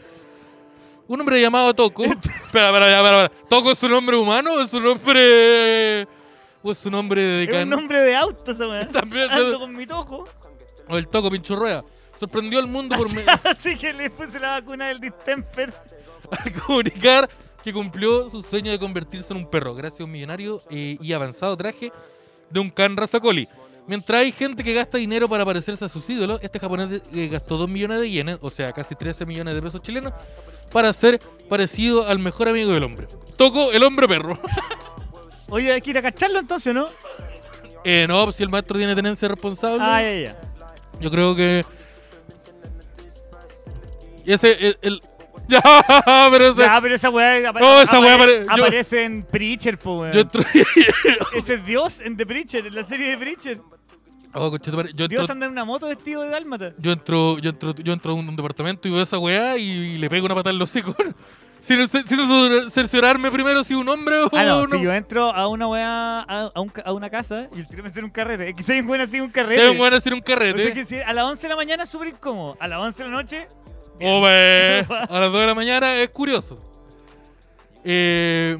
S1: Un hombre llamado Toco. espera, espera, ya, espera, espera. ¿Toco es su nombre humano o es su nombre. o es su nombre de
S2: Es un
S1: can...
S2: nombre de auto esa weá.
S1: También se-
S2: Ando con mi toco.
S1: O el Toco Pincho Rueda. Sorprendió al mundo por me-
S2: Así que le puse la vacuna del distemper.
S1: al comunicar que cumplió su sueño de convertirse en un perro, gracias a un millonario eh, y avanzado traje de un can raza collie. Mientras hay gente que gasta dinero para parecerse a sus ídolos, este japonés eh, gastó 2 millones de yenes, o sea, casi 13 millones de pesos chilenos, para ser parecido al mejor amigo del hombre. Toco el hombre perro.
S2: Oye, hay que ir a cacharlo entonces, ¿no?
S1: Eh, no, si el maestro tiene tenencia responsable,
S2: Ah, ya, ya.
S1: yo creo que. Ese, el. el- Ya, pero ese.
S2: Ya, pero esa weá apare-
S1: No, esa weá
S2: apare-
S1: apare- yo-
S2: aparece en Preacher, po, weón.
S1: Yo entro-
S2: Ese es Dios en The Preacher, en la serie de Preacher.
S1: Oh, conchetumare, yo entro
S2: Dios anda en una moto vestido de dálmata.
S1: Yo entro, yo entro, yo entro a un, un departamento y veo esa weá y, y le pego una patada en los hocico. Sin, sin- sin cerciorarme primero si un hombre o
S2: Ah, no,
S1: no.
S2: si yo entro a una weá, a, a un ca- a una casa y el tiro me hace un carrete. Es que se ven así un carrete.
S1: Deben weón hacer un
S2: O sea
S1: carrete.
S2: que si a las 11 de la mañana es súper incómodo. A las 11 de la noche,
S1: Ove, oh, a las 2 de la mañana es curioso. Eh,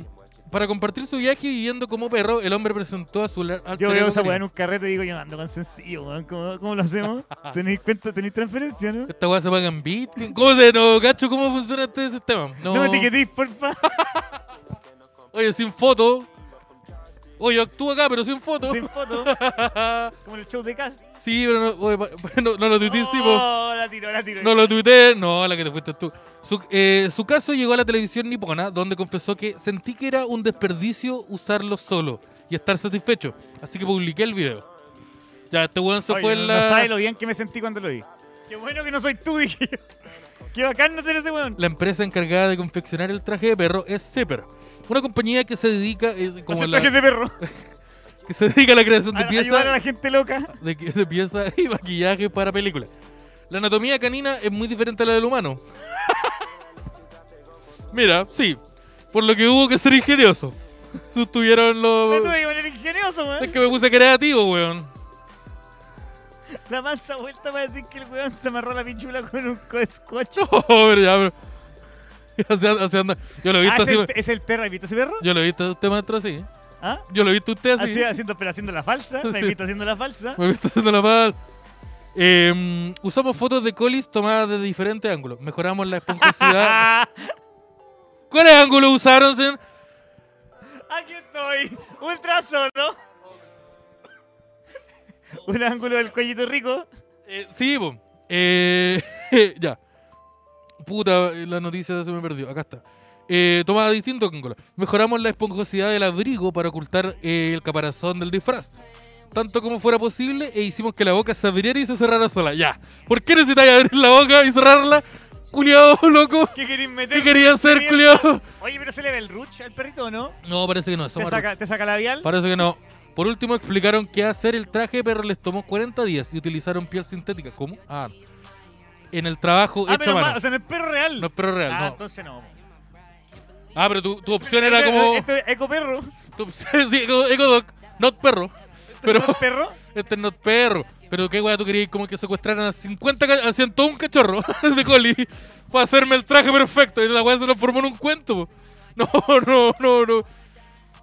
S1: para compartir su viaje viviendo como perro, el hombre presentó a su la- alter
S2: yo veo
S1: ego
S2: esa weá en
S1: canino.
S2: un carrete y digo, yo ando con sencillo, weón. ¿Cómo, cómo lo hacemos? ¿Tenéis cuenta, tenéis transferencia, no?
S1: Esta weá se paga en Bitcoin. ¿Cómo se no, cacho? ¿Cómo funciona este sistema?
S2: No, me etiquetéis, porfa.
S1: Oye, sin foto. Oye, actúa acá, pero sin foto.
S2: Sin foto. Como en el show de casa.
S1: Sí, pero no, oye, pa- no, no lo tuiteé,
S2: Oh, la tiro, la tiro.
S1: No lo tuiteé, no, la que te fuiste tú. Su, eh, su caso llegó a la televisión nipona, donde confesó que sentí que era un desperdicio usarlo solo y estar satisfecho. Así que publiqué el video. Ya, este weón se
S2: Oye,
S1: fue
S2: no,
S1: en
S2: no
S1: la.
S2: sabes lo bien que me sentí cuando lo vi. Qué bueno que no soy tú, dije yo. Qué bacán no ser ese weón.
S1: la empresa encargada de confeccionar el traje de perro es Zepper, una compañía que se dedica, eh, como
S2: Hacer
S1: la-
S2: trajes de perro.
S1: que se dedica a la creación de
S2: A- ayudar a
S1: piezas
S2: la gente loca.
S1: de que de piezas y maquillaje para películas. La anatomía canina es muy diferente a la del humano. Mira, sí. Por lo que hubo que ser ingenioso. Sostuvieron
S2: Me
S1: los.
S2: tuve que poner ingenioso,
S1: Oh. Es
S2: weón.
S1: que me puse creativo, weón.
S2: La mansa vuelta para decir que el weón se amarró la pinchula con un coescocho.
S1: Pobre, Oh, ya, bro. Así anda- así anda. Yo lo he
S2: Ah,
S1: visto
S2: es,
S1: así.
S2: el, es el perro, ¿has visto ese perro?
S1: Yo lo he visto a usted maestro así.
S2: ¿Ah?
S1: Yo lo he visto a usted así.
S2: Así, haciendo, pero haciendo la falsa, me
S1: Sí.
S2: he visto haciendo la falsa.
S1: Me he visto haciendo la paz. Eh, usamos fotos de colis tomadas de diferentes ángulos. Mejoramos la esponjosidad.
S2: Ah,
S1: ¿Cuáles ángulos usaron, señor?
S2: aquí estoy, ultra solo. Un ángulo del cuellito rico.
S1: Eh, sí, po. Eh, ya. Puta, eh, la noticia se me perdió. Acá está. Eh, tomada de distintos ángulos. Mejoramos la esponjosidad del abrigo para ocultar eh, el caparazón del disfraz. Tanto como fuera posible, e hicimos que la boca se abriera y se cerrara sola. Ya. ¿Por qué necesitáis abrir la boca y cerrarla? Culiado, loco.
S2: ¿Qué queréis meter?
S1: ¿Qué quería hacer, culiado?
S2: Oye, pero se le ve el ruch al perrito, ¿o ¿no?
S1: No, parece que no.
S2: ¿Te
S1: somos
S2: saca, ¿Te saca labial?
S1: Parece que no. Por último, explicaron que hacer el traje, pero les tomó 40 días y utilizaron piel sintética. ¿Cómo? Ah, en el trabajo
S2: Ah,
S1: hecho
S2: pero
S1: a mano.
S2: más, o sea, no es perro real.
S1: no es perro real,
S2: ah,
S1: no.
S2: entonces no.
S1: Ah, pero tu, tu opción era como.
S2: Esto es eco perro.
S1: Tu opción, sí, Eco- Ecodoc, not perro. Pero
S2: ¿No es perro?
S1: este es not perro. Pero qué weá, tú querías como que secuestraran a 50, ca- a 101 cachorros de coli para hacerme el traje perfecto. Y la weá se transformó en un cuento. po. No, no, no, no.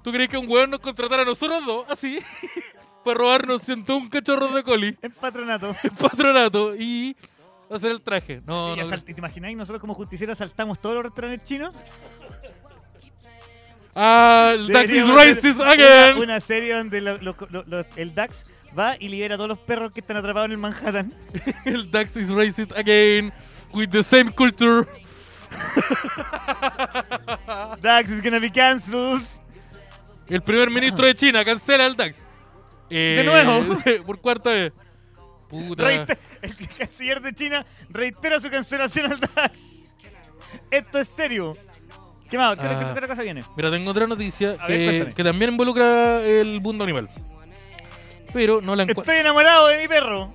S1: ¿Tú querías que un weón nos contratara a nosotros dos, así, para robarnos 101 cachorros de coli?
S2: Es patronato.
S1: patronato y hacer el traje. No,
S2: Y
S1: no.
S2: asalt- ¿Te imagináis nosotros como justicieros asaltamos todos los restaurantes chinos?
S1: Ah, el Dax is
S2: Deberíamos hacer
S1: racist
S2: una-
S1: again.
S2: Una, serie donde lo- lo- lo- lo- el DAX va y libera a todos los perros que están atrapados en el Manhattan.
S1: El Dax is racist again. With the same culture.
S2: DAX is gonna be cancelled.
S1: El primer ministro de China cancela el Dax. Eh,
S2: nuevo.
S1: Por cuarta vez. Puta.
S2: Reiter- El canciller de China reitera su cancelación al DAX. Esto es serio. ¿Qué más? ¿Qué,
S1: Ah.
S2: qué- qué otra cosa viene?
S1: Mira, tengo otra noticia
S2: A ver,
S1: eh,
S2: cuéntame.
S1: que también involucra el mundo animal. Pero no la encuentro.
S2: Estoy enamorado de mi perro.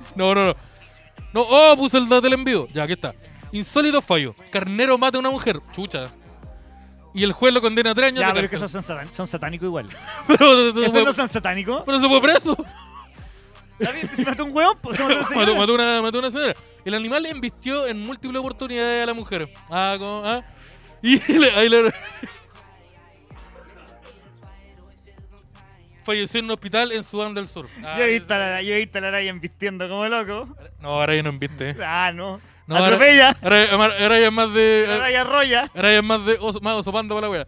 S2: Este-
S1: No, no, no. No, oh, puse el dato del envío. Ya, aquí está. Insólito fallo. Carnero mata a una mujer. Chucha. Y el juez lo condena a tres años
S2: Ya,
S1: de
S2: pero que
S1: cárcel.
S2: esos son, satan- son satánicos igual.
S1: Pero, se
S2: ¿Esos
S1: fue-
S2: no son satánicos?
S1: pero se fue preso.
S2: David, ¿Se mató un hueón? pues, se mató una
S1: mató,
S2: señora.
S1: mató una, mató una señora. El animal embistió en múltiples oportunidades a la mujer. Ah, ¿cómo? Ah. Y le- ahí le- Falleció en un hospital en Sudán del Sur. Ah,
S2: Yo he visto a la, yo he visto a la Ryan vistiendo como loco.
S1: No, ahora ya no embiste.
S2: Ah, no.
S1: No, ahora- Eh,
S2: Atropella.
S1: Ahora, ahora ya es más
S2: La
S1: de.
S2: Ryan roya.
S1: Ahora ya es más de oso, más oso panda para la wea.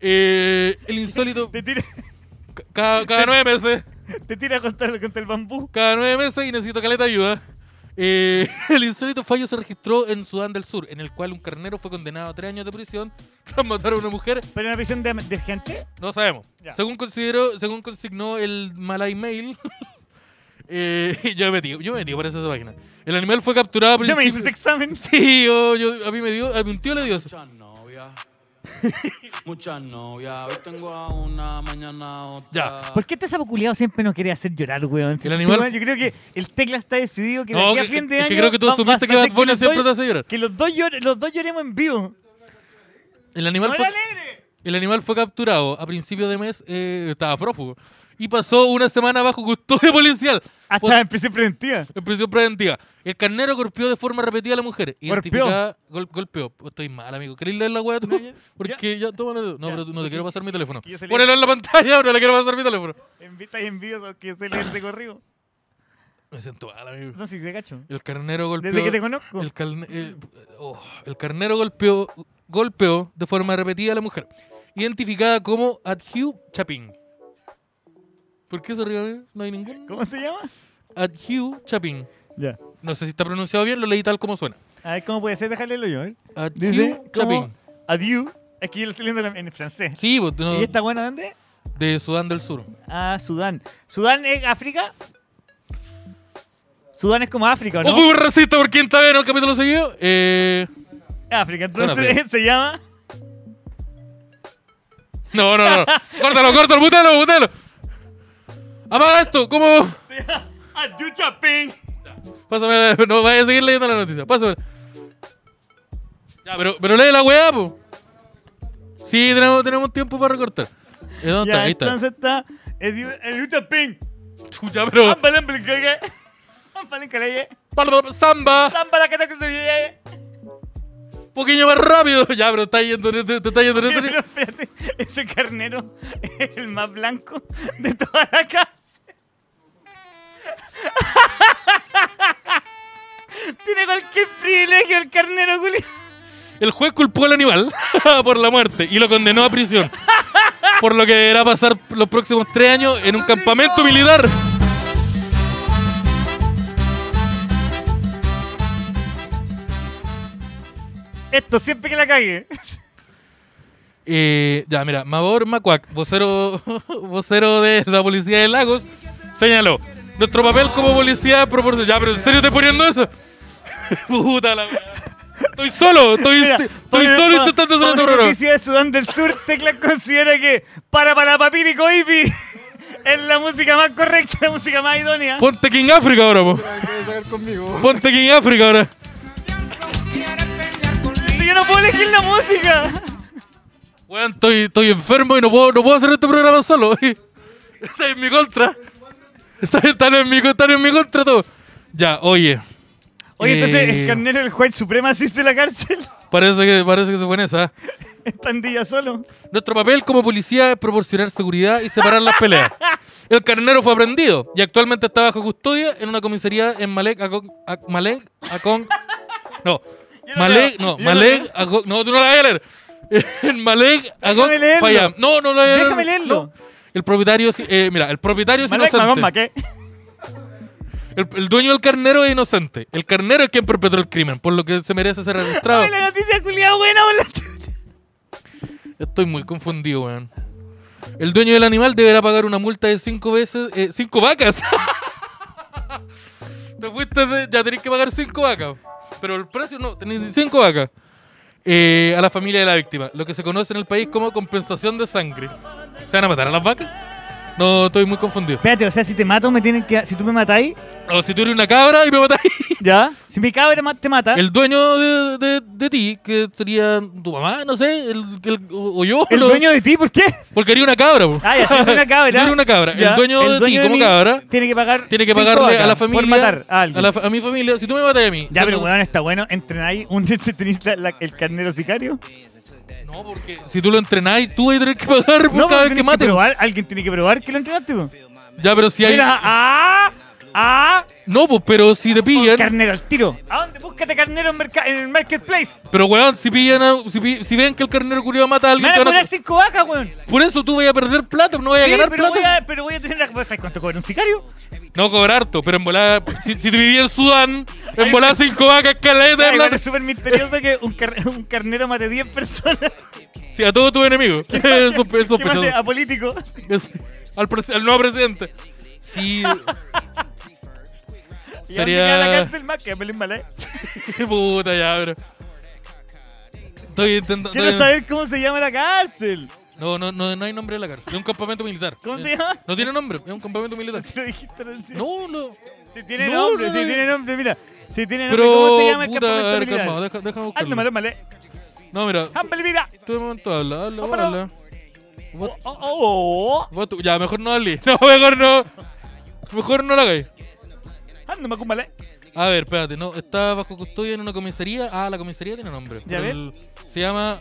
S1: Eh, el insólito.
S2: Te tira,
S1: ca- Cada, cada nueve meses.
S2: te tira contra, el- contra el bambú.
S1: cada nueve meses y necesito caleta de ayuda. Eh, el insólito fallo se registró en Sudán del Sur, en el cual un carnero fue condenado a tres años de prisión tras matar a una mujer.
S2: ¿Pero en una prisión de, de gente?
S1: No sabemos.
S2: Ya.
S1: Según consideró, según consignó el Malay Mail, eh, yo me metí, yo me metí por esa página. El animal fue capturado a
S2: Yo me
S1: principios-
S2: hice ese examen.
S1: Sí, yo- yo- a mí me dio, a mi tío le dio eso.
S3: Muchas novias. Muchas novias. Hoy tengo a una, mañana a otra.
S1: Ya.
S2: ¿Por qué este sapo culiado siempre nos quiere hacer llorar, weón? Si
S1: El
S2: este
S1: animal-
S2: weón, yo creo que el tecla está decidido que de
S1: No,
S2: aquí a
S1: que-
S2: fin de
S1: es
S2: año.
S1: que creo que tú
S2: va-
S1: asumiste
S2: va-
S1: que
S2: va a
S1: Bad
S2: ser
S1: Bunny
S2: los
S1: siempre
S2: dos-
S1: te hace llorar.
S2: Que los dos, llor- los dos lloremos en vivo.
S1: El
S2: ¡No
S1: animal
S2: era
S1: fue,
S2: alegre!
S1: el animal fue capturado a principio de mes, eh, estaba prófugo y pasó una semana bajo custodia policial.
S2: Hasta
S1: Por-
S2: la empecé preventiva.
S1: En prisión preventiva. El carnero golpeó de forma repetida a la mujer. Identificada, gol- golpeó. Oh, Estoy mal, amigo. ¿Querés leer la weá tú?
S2: No, ya-
S1: Porque ya, toma la- No,
S2: Ya,
S1: pero tú- no te
S2: porque-
S1: quiero pasar mi teléfono.
S2: que yo se lea.
S1: Ponelo en la pantalla, pero le quiero pasar mi teléfono.
S2: En y envidioso que se lee de corrido.
S1: Me siento mal, amigo.
S2: No, sí, te cacho.
S1: El carnero golpeó.
S2: Desde que te conozco.
S1: El, calne- eh, oh, el carnero golpeó, golpeó de forma repetida a la mujer. Identificada como Adhue Chapin. ¿Por qué se ríe? amigo? No hay ningún.
S2: ¿Cómo se llama?
S1: Adhue Chapin.
S2: Ya.
S1: No sé si está pronunciado bien, lo leí tal como suena.
S2: A ver cómo puede ser, déjale lo yo. a ver.
S1: Adhue
S2: Dice
S1: Chapin.
S2: como adieu. Aquí yo lo estoy leyendo en- en francés.
S1: Sí, pues, no-
S2: ¿Y esta buena dónde?
S1: de Sudán del Sur.
S2: Ah, Sudán. ¿Sudán es África? Sudán es como África, ¿o
S1: ¿O
S2: ¿Ah, ¿no?
S1: Oh, fui muy racista por quien está en el capítulo seguido? Eh,
S2: África, entonces
S1: Bueno, pero-
S2: se llama.
S1: no, no, no. córtalo, córtalo, bútalo, bútalo. Apaga esto, ¿cómo?
S2: Se llama Adieu, Chapín.
S1: Pásame, la- no vaya a seguir leyendo la noticia. Pásame. Ya, pero, pero lee la weá, po. Sí, tenemos, tenemos tiempo para recortar. Eh, ¿Dónde está?
S2: Ya,
S1: Ahí está.
S2: entonces está. Adieu, Adieu, Chapín. Ah,
S1: Chucha, pero.
S2: Ámbale, ámbale, caga. Palencareye.
S1: Samba,
S2: Samba la que te construye.
S1: un poquillo más rápido. Ya, pero está yendo, en este- te está yendo en
S2: Pero
S1: este-
S2: espérate, ese carnero es el más blanco de toda la casa. Tiene cualquier privilegio el carnero, Julio.
S1: El juez culpó al animal por la muerte y lo condenó a prisión. Por lo que deberá pasar los próximos tres años en un campamento militar.
S2: Esto siempre que la cague.
S1: Eh, ya, mira, Mabor Macuac, vocero, vocero de la policía de Lagos, señaló: Nuestro papel como policía proporciona. Ya, pero ¿en serio estoy poniendo eso? Puta la wea. Estoy solo, estoy,
S2: Mira,
S1: estoy solo intentando hacer otro
S2: La
S1: programa.
S2: noticia de Sudán del Sur, Tecla considera que para para papiri coipi es la música más correcta, la música más idónea.
S1: Ponte King África ahora, po.
S4: Ay, ¿Quieres sacar conmigo?
S1: Ponte King África ahora.
S2: Si yo no puedo elegir la música.
S1: Weón, estoy, estoy enfermo y no puedo, no puedo hacer este programa solo. Están en mi contra. Están, están en, mi, están en mi contra todo. Ya, oye.
S2: Oye, entonces
S1: Eh,
S2: el carnero del juez suprema asiste a la cárcel.
S1: Parece que, parece que se fue en esa.
S2: Es pandilla solo.
S1: Nuestro papel como policía es proporcionar seguridad y separar las peleas. El carnero fue aprendido y actualmente está bajo custodia en una comisaría en Malek Acon. Ac- Malek Acon. No.
S2: Yo no
S1: Malek,
S2: leo,
S1: no,
S2: yo no
S1: Malek Acon. No, tú no la vas a leer. En Malek Acon.
S2: Déjame leerlo.
S1: Payam. No, no la voy a leer.
S2: Déjame leerlo.
S1: No. El propietario, sí- eh, mira, el propietario es
S2: Malek
S1: inocente.
S2: Magomba, ¿qué?
S1: El, el dueño del carnero es inocente. El carnero es quien perpetró el crimen, por lo que se merece ser arrastrado.
S2: Ay, la noticia culiada buena, por la chucha.
S1: Estoy muy confundido, weón. El dueño del animal deberá pagar una multa de cinco veces. eh, cinco vacas. Te fuiste de- ya tenés que pagar cinco vacas. Pero el precio no, tenés cinco vacas. Eh, a la familia de la víctima. Lo que se conoce en el país como compensación de sangre. ¿Se van a matar a las vacas? No, estoy muy confundido.
S2: Espérate, o sea, si te mato, me tienen que. Si tú me matáis,
S1: O si tú eres una cabra y me matáis.
S2: ya. Si mi cabra ma- te mata, el,
S1: El dueño de, de- de ti, que sería tu mamá, no sé, el, el- o o yo. no-
S2: dueño de ti, ¿por qué?
S1: Porque era una cabra. po.
S2: Ah, ya, si es una cabra.
S1: Yo era una cabra.
S2: ya,
S1: El dueño de ti como
S2: mí
S1: cabra
S2: Tiene que pagar.
S1: tiene que
S2: cinco
S1: pagarle
S2: vacas
S1: a la familia.
S2: Por matar a alguien.
S1: la fa- a mi familia. Si tú me matas a mí.
S2: Ya,
S1: si
S2: pero
S1: tú-
S2: weón, está bueno. ¿Entrenáis un entretenís la- la- el carnero sicario?
S1: No, porque si tú lo entrenás, tú vas a tener que pagar por cada
S2: pues
S1: vez
S2: tenés
S1: que mates.
S2: probar, alguien tiene que probar que lo entrenaste. po.
S1: Ya, pero si hay.
S2: Mira, ¡ah! ¡ah!
S1: No, pues, pero si te
S2: Un
S1: pillan.
S2: carnero al tiro. ¿A dónde? Búscate carnero en, merca- en el marketplace.
S1: Pero, weón, si pillan. a- si, pi- si ven que el carnero curioso mata a
S2: Me
S1: alguien. te
S2: van a
S1: van a-
S2: poner cinco vacas, weón.
S1: Por eso tú vas a perder plata, no vas a
S2: Sí,
S1: ganar
S2: pero,
S1: plata.
S2: voy a, pero voy a tener la. ¿Sabes cuánto cobra un sicario?
S1: No cobrar harto, pero en volada, si, si te viví en Sudán,
S2: Ay,
S1: en volada cinco vacas, caleta de
S2: Ay, bueno,
S1: plata.
S2: es súper misterioso que un, car- un carnero mate 10 personas.
S1: Sí, a todos tus enemigos. Es sospe- es
S2: Que mate a
S1: sospechoso.
S2: políticos.
S1: Es- al, pres- al nuevo presidente. Sí,
S2: Y
S1: Sería-
S2: Sería... a la cárcel más que a Pelín Malay.
S1: qué puta ya, bro. Estoy intentando.
S2: Quiero saber cómo se llama la cárcel.
S1: No, no, no, no hay nombre de la cárcel. Es un campamento militar.
S2: ¿Cómo
S1: Eh,
S2: se llama?
S1: No tiene nombre, es un campamento militar.
S2: Si lo dijiste recién.
S1: No, no.
S2: Si tiene
S1: No,
S2: nombre,
S1: no,
S2: si
S1: no.
S2: tiene nombre, mira. Si tiene nombre, ¿cómo
S1: Pero.
S2: se llama el
S1: puta, a
S2: campamento
S1: ver, calmado,
S2: militar? Ah,
S1: deja, deja
S2: Hazlo,
S1: buscarlo.
S2: Malay, Malay.
S1: No, mira,
S2: Humble vida.
S1: tú de momento habla, habla,
S2: Oh, pero-
S1: habla. Vos-
S2: Oh, oh, oh.
S1: vos tú- Ya, mejor no hablé. No, mejor no. Mejor no la hagáis.
S2: Ando, Macum, Malay.
S1: A ver, espérate, no, está bajo custodia en una comisaría. Ah, la comisaría tiene nombre.
S2: Ya
S1: Pero
S2: ves.
S1: el- Se llama.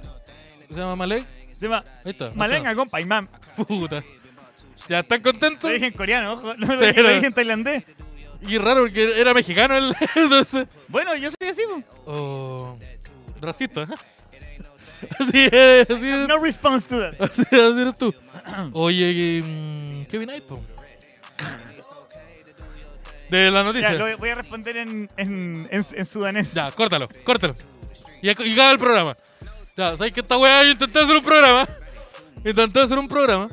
S1: Se llama Malek.
S2: Se llama
S1: Ahí está. ahí
S2: Malenga, compa, imam.
S1: está. Puta. Ya, ¿están
S2: Lo
S1: contentos?
S2: dije en coreano, ojo. No
S1: Sí,
S2: lo dije, lo
S1: no.
S2: dije en tailandés.
S1: Y raro porque era mexicano el. Entonces.
S2: Bueno, yo soy así, po.
S1: Oh. Racista, ¿eh? Así es, así es.
S2: No response to that.
S1: Así, así eres tú. Oye, que, mm, ¿qué opináis, po? De la
S2: Ya,
S1: noticia.
S2: lo voy a responder en, en, en, en sudanés.
S1: Ya, córtalo, córtalo. Y ac- y acaba el programa. Ya, ¿sabes que esta weá? Yo intenté hacer un programa. Intenté hacer un programa.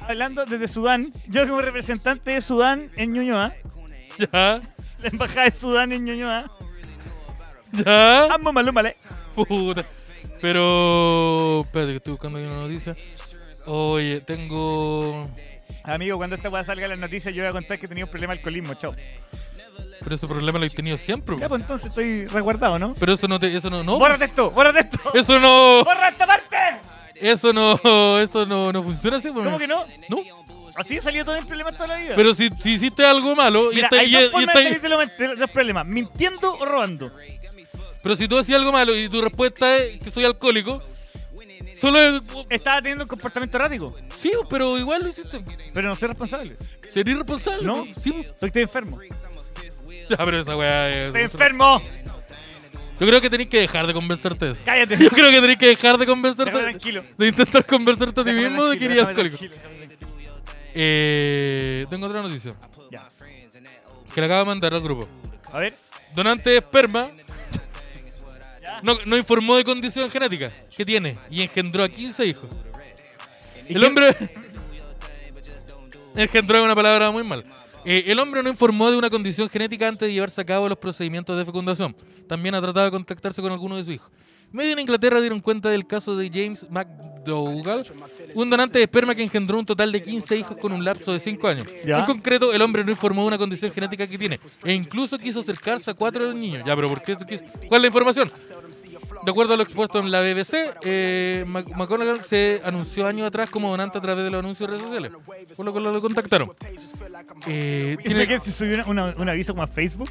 S2: Hablando desde Sudán, yo como representante de Sudán en Ñuñoa,
S1: Ya,
S2: la embajada de Sudán en Ñuñoa,
S1: ya.
S2: amo malo, vale.
S1: Puta. Pero. Espérate, que estoy buscando aquí una noticia. Oye, tengo.
S2: Amigo, cuando esta weá salga en las noticias, yo voy a contar que he tenido un problema de alcoholismo, chao.
S1: Pero ese problema lo he tenido siempre.
S2: Ya,
S1: weón.
S2: pues entonces estoy resguardado, ¿no?
S1: Pero eso no te. Eso no. no.
S2: ¡Bórrate esto! ¡Bórrate esto!
S1: Eso no.
S2: ¡Borra esta parte!
S1: Eso no. Eso no, no funciona así, weón.
S2: ¿Cómo que no?
S1: No.
S2: Así salió todo el problema toda la vida.
S1: Pero si, si hiciste algo malo
S2: Mira,
S1: y está, y-
S2: hay dos
S1: y
S2: formas
S1: está-
S2: de salir de los, de los problemas, mintiendo o robando.
S1: pero si tú hacías algo malo y tu respuesta es que soy alcohólico, solo es-
S2: Estaba teniendo un comportamiento errático,
S1: sí, pero igual lo hiciste.
S2: pero no soy responsable,
S1: Sería irresponsable.
S2: ¿no?
S1: Sí.
S2: Porque estoy enfermo.
S1: Ya, pero esa weá es.
S2: ¡Estoy enfermo!
S1: Yo creo que tenés que dejar de convencerte de eso.
S2: ¡Cállate!
S1: Yo creo que tenés que dejar de
S2: Déjame
S1: convencerte.
S2: tranquilo.
S1: De intentar convencerte a ti
S2: Déjame
S1: mismo de que
S2: tranquilo,
S1: eres
S2: déjame
S1: alcohólico.
S2: tranquilo, déjame tranquilo.
S1: Eh, tengo otra noticia
S2: Ya.
S1: que le acabo de mandar al grupo.
S2: A ver.
S1: Donante de esperma no, no informó de condición genética que tiene y engendró a 15 hijos.
S2: ¿Y
S1: El
S2: qué-
S1: hombre. Engendró es una palabra muy mal. Eh, el hombre no informó de una condición genética antes de llevarse a cabo los procedimientos de fecundación. También ha tratado de contactarse con alguno de sus hijos. Medio en Inglaterra dieron cuenta del caso de James McDougall, un donante de esperma que engendró un total de 15 hijos con un lapso de 5 años.
S2: Ya.
S1: En concreto, el hombre no informó de una condición genética que tiene e incluso quiso acercarse a cuatro de los niños. Ya, pero ¿por qué? ¿Qué- ¿Cuál es la información? De acuerdo a lo expuesto en la BBC, eh, Mac- McGonagall se anunció años atrás como donante a través de los anuncios de redes sociales, por lo que lo contactaron. Eh,
S2: ¿Y
S1: tiene-
S2: por qué se subió una- una- un aviso como a Facebook?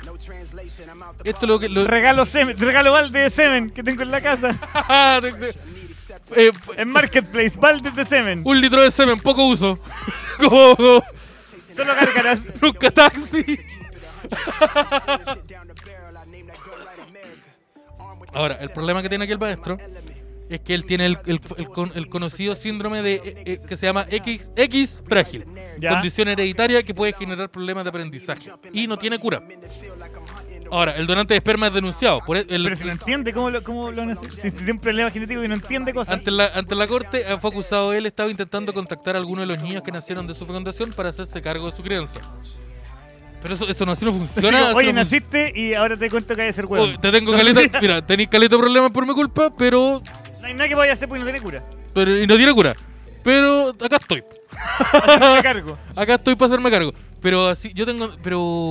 S1: esto lo que... lo-
S2: Regalo semen, regalo balde de semen que tengo en la casa.
S1: Eh, fue-
S2: En Marketplace, balde de semen.
S1: un litro de semen, poco uso. Como- como
S2: Solo gárgaras.
S1: nunca taxi. Ahora, el problema que tiene aquí el maestro es que él tiene el, el- el con- el conocido síndrome de eh, eh, que se llama X, X frágil,
S2: Ya.
S1: condición hereditaria que puede generar problemas de aprendizaje y no tiene cura. Ahora, el donante de esperma es denunciado. Por e- el-
S2: Pero si no entiende cómo lo, cómo lo nace- Si tiene un problema genético y no entiende cosas.
S1: ante, la, ante la corte eh, fue acusado él estaba intentando contactar a alguno de los niños que nacieron de su fecundación para hacerse cargo de su crianza. Pero eso, eso no así no
S2: Así
S1: funciona.
S2: como,
S1: así
S2: Oye,
S1: no fun-
S2: naciste y ahora te cuento que hay que ser
S1: Oye,
S2: huevo.
S1: Oh, te tengo caleta, mira, tenéis caleta de problemas por mi culpa, pero,
S2: No hay nada que vaya a hacer porque no tiene cura.
S1: pero- y no tiene cura. Pero acá estoy.
S2: Me cargo.
S1: Acá estoy para hacerme cargo. Pero así, yo tengo.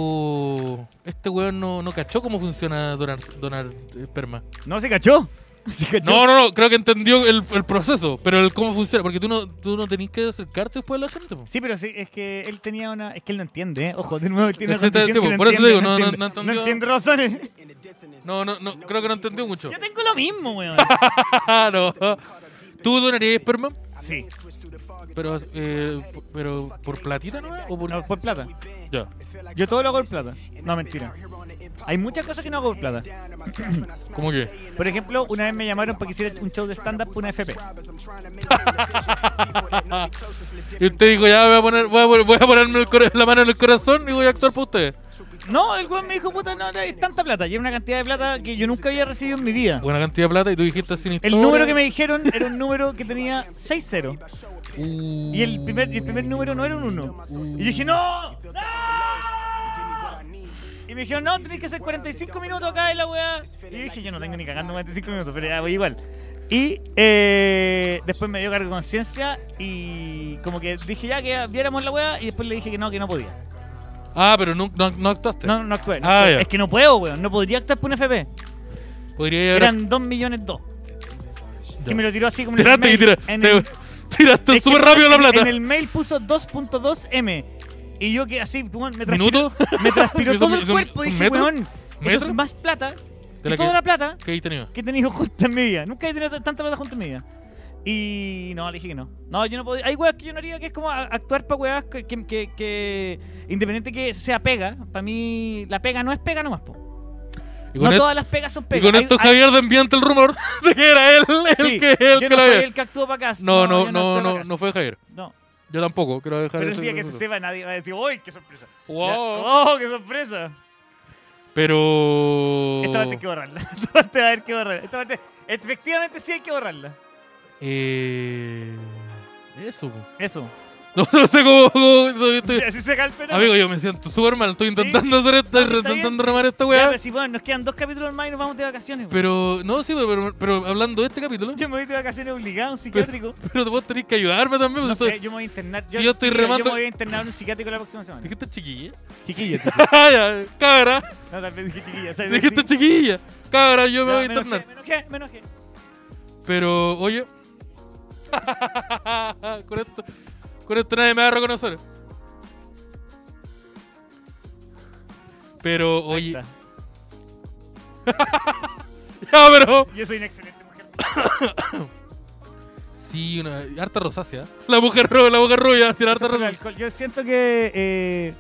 S1: Pero. Este weón no, no cachó cómo funciona donar, donar esperma.
S2: No, se cachó. Se cachó.
S1: No, no, no, creo que entendió el, el proceso, pero el cómo funciona. Porque tú no, tú no tenés que acercarte después a la gente. po.
S2: Sí, pero sí, es que él tenía una. Es que él no entiende, ¿eh? Ojo, de nuevo, él tiene una
S1: Sí, sí,
S2: condición
S1: sí,
S2: que
S1: por eso te
S2: entiende,
S1: digo, no- no-
S2: entiende.
S1: no
S2: no
S1: entendió.
S2: entiende razones.
S1: No, no, no, creo que no entendió mucho. Ah,
S2: Yo tengo lo mismo, weón.
S1: no. ¿Tú donarías esperma?
S2: Sí,
S1: Pero, eh, pero ¿por platita no? ¿O por.?
S2: no, por plata.
S1: Ya.
S2: Yo todo lo hago en plata. No, mentira. Hay muchas cosas que no hago en plata.
S1: ¿Cómo que?
S2: Por ejemplo, una vez me llamaron para que hiciera un show de stand-up por una FP.
S1: Y usted dijo, ya voy a, poner, voy a, poner- voy a ponerme el cora- la mano en el corazón y voy a actuar por ustedes.
S2: No, el weón me dijo, puta, no, no es tanta plata. Y era una cantidad de plata que yo nunca había recibido en mi vida.
S1: Buena cantidad de plata y tú dijiste sin historia.
S2: El número que me dijeron era un número que tenía 6 ceros.
S1: Uh,
S2: Y el primer, y el primer número no era un 1. Y yo dije, ¡No! ¡No! Y me dijeron, no, tenés que hacer 45 minutos acá en la weá. Y yo dije, yo no tengo ni cagando 45 minutos, pero ya voy igual. Y eh, después me dio cargo de conciencia y como que dije ya que viéramos la weá y después le dije que no, que no podía.
S1: Ah, pero no, no, no actuaste.
S2: No, no actué. no
S1: Ah,
S2: actué.
S1: ya.
S2: Es que no puedo, weón. No podría actuar por un FP.
S1: Podría haber.
S2: Eran 2 millones 2.
S1: Ya.
S2: Y me lo tiró así como en el
S1: Tiraste y
S2: mail,
S1: tira-
S2: en
S1: te-
S2: el-
S1: Tiraste
S2: Es que
S1: súper rápido la
S2: en-
S1: plata.
S2: En el mail puso 2.2M. Y yo que así, weón, me, transpiró-
S1: ¿Minuto?
S2: me transpiró
S1: ¿Son-
S2: todo el
S1: son-
S2: cuerpo.
S1: son
S2: Dije,
S1: metros?
S2: weón, eso
S1: ¿Metros?
S2: es más plata
S1: De
S2: que
S1: la
S2: toda
S1: que-
S2: la plata
S1: ¿Qué ahí tenía?
S2: que he tenido junta en mi vida. Nunca he tenido t- tanta plata junta en mi vida. Y no, le dije que no. No, yo no podía. Hay weas que yo no haría, que es como a- actuar para weas que, que, que, que- Independiente que sea pega, para mí la pega no es pega nomás, po.
S1: Y
S2: No
S1: con,
S2: todas las pegas son
S1: e- y
S2: pegas.
S1: con
S2: Hay-
S1: esto
S2: hay-
S1: Javier de enviante el rumor de que era él el
S2: sí,
S1: que, el
S2: yo
S1: que
S2: no
S1: la
S2: soy
S1: había-
S2: el que actuó para acá.
S1: No, no,
S2: yo
S1: no,
S2: actúo pa'
S1: no,
S2: acá.
S1: no fue Javier.
S2: No.
S1: Yo tampoco, quiero dejar
S2: Pero el
S1: eso
S2: día que se
S1: claro.
S2: sepa nadie va a decir, ¡Uy, qué sorpresa!
S1: Wow.
S2: Ya. ¡Oh, qué sorpresa!
S1: Pero.
S2: Esta parte hay que borrarla. Esta parte va a haber que borrarla. Esta parte, efectivamente sí hay que borrarla.
S1: Eh. Eso, po.
S2: Eso.
S1: No, no sé cómo. cómo- cómo- estoy-
S2: Así se cae el fenómeno.
S1: Amigo, yo me siento súper mal. Estoy intentando hacer esta,
S2: No, está
S1: intentando
S2: bien.
S1: remar esta
S2: Ya, pues.
S1: weá.
S2: pero si, bueno, nos quedan dos capítulos más y nos vamos de vacaciones. weón.
S1: Pero, no, sí, pero, pero- pero hablando de este capítulo,
S2: Yo me voy de vacaciones obligado a un psiquiátrico.
S1: pero vos tenés que ayudarme también. pues,
S2: No
S1: porque soy-
S2: sé, yo me voy a internar. Yo,
S1: si yo estoy
S2: mira,
S1: remando-
S2: Yo me voy a internar en un psiquiátrico la próxima semana.
S1: Dijiste chiquilla.
S2: Chiquillo.
S1: ya, cabra,
S2: no, tal vez dije chiquilla. ¿sabes?
S1: dijiste
S2: Sí.
S1: chiquilla. Cabra, yo me
S2: Ya,
S1: voy a
S2: me
S1: internar.
S2: enojé, Me enojé, me enojé.
S1: Pero, oye. con esto. Con esto nadie me va a reconocer. Pero,
S2: Ahí
S1: oye.
S2: está.
S1: Ya, pero.
S2: Yo soy una excelente mujer.
S1: Sí, una. Harta rosácea. La mujer rubia, la mujer rubia, tiene harta
S2: Excepto el
S1: rosácea.
S2: alcohol. Yo siento que eh,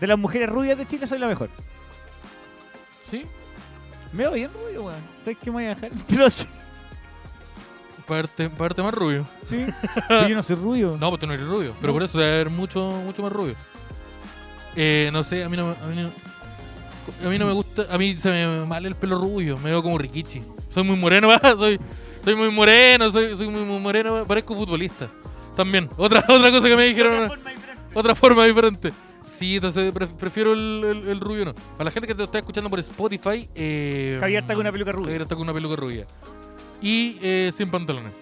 S2: de las mujeres rubias de Chile soy la mejor.
S1: Sí.
S2: Me veo bien rubio, weón. ¿Sabes qué me voy a dejar? Pero sí.
S1: Para verte, para verte más rubio.
S2: sí. Pero yo no soy rubio.
S1: No, pues tú no eres rubio. Pero por eso debe haber mucho, mucho más rubio. Eh, no sé, a mí no, me- a mí no, a mí no me gusta. A mí se me mal el pelo rubio. Me veo como Rikichi. Soy muy moreno, ¿verdad? Soy, soy muy moreno, soy, soy muy, muy moreno. ¿verdad? Parezco futbolista. También. Otra, otra cosa que me dijeron. otra forma diferente. Sí, entonces pre- prefiero el, el- el rubio no. Para la gente que te está escuchando por Spotify, eh,
S2: Javier está con una peluca rubia.
S1: Javier está con una peluca rubia. Y eh, sin pantalones.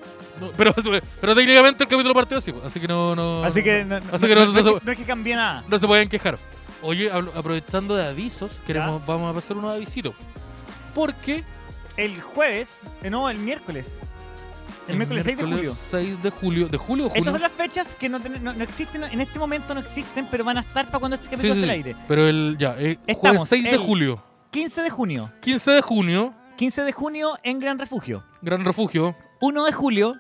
S1: No, pero, pero técnicamente el capítulo partió así, pues, así que no, no.
S2: Así que
S1: no,
S2: no,
S1: así que no- no
S2: no- no es
S1: se-
S2: que- no es que cambie nada.
S1: no se pueden quejar. Oye, hablo- aprovechando de avisos, queremos, vamos a pasar unos avisitos. Porque
S2: El jueves, eh, no, el miércoles. El, miércoles 6 de julio.
S1: 6 de julio. ¿De julio o julio?
S2: Estas son las fechas que no, ten- no- no existen, en este momento no existen, pero van a estar para cuando este capítulo
S1: Sí, sí,
S2: esté
S1: sí.
S2: al aire.
S1: Pero el. Ya, eh, jueves
S2: Estamos
S1: 6 de
S2: el-
S1: julio.
S2: 15 de junio.
S1: 15 de junio,
S2: 15 de junio en Gran Refugio.
S1: Gran Refugio.
S2: 1 de julio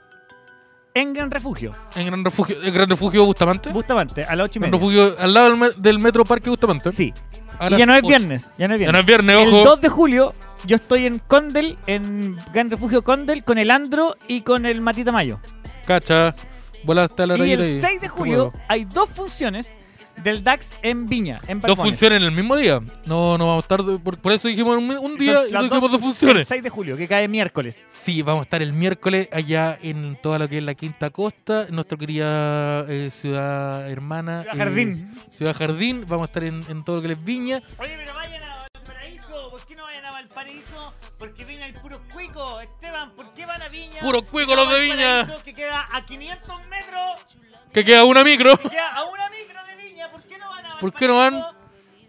S2: en Gran Refugio.
S1: En Gran Refugio, en Gran Refugio Bustamante.
S2: Bustamante, a las 8 y
S1: Gran
S2: media.
S1: Refugio, al lado del, me- del Metro Parque Bustamante.
S2: Sí.
S1: A
S2: Y
S1: las
S2: ya no es
S1: ocho.
S2: viernes. Ya no es
S1: Ya no
S2: viernes.
S1: es viernes,
S2: El
S1: ojo.
S2: 2 de julio yo estoy en Condel, en Gran Refugio Condel, con el Andro y con el Matita Mayo.
S1: Cacha. Volaste a la
S2: Y
S1: rayita
S2: el
S1: y-
S2: 6 de
S1: te
S2: julio
S1: muevo.
S2: hay dos funciones del DAX en Viña, en
S1: Dos
S2: Balcones.
S1: funciones en el mismo día. No, no vamos a estar. de- Por, por eso dijimos un, un día
S2: Son
S1: y
S2: las
S1: no dijimos dos
S2: El
S1: funciones.
S2: 6 de julio, que cae miércoles.
S1: Sí, vamos a estar el miércoles allá en toda lo que es la Quinta Costa, en nuestra querida eh, ciudad hermana.
S2: Ciudad
S1: eh,
S2: Jardín.
S1: Ciudad Jardín. Vamos a estar en, en todo lo que es Viña.
S2: Oye, pero vayan a Valparaíso. ¿Por qué no vayan a Valparaíso? Porque Viña hay puros cuicos. Esteban, ¿por qué van a Viña?
S1: Puros cuicos los de Viña.
S2: Que queda a 500 metros.
S1: Que queda una micro.
S2: Ya, a una micro de Viña, ¿por qué no van a
S1: ¿Por qué no van?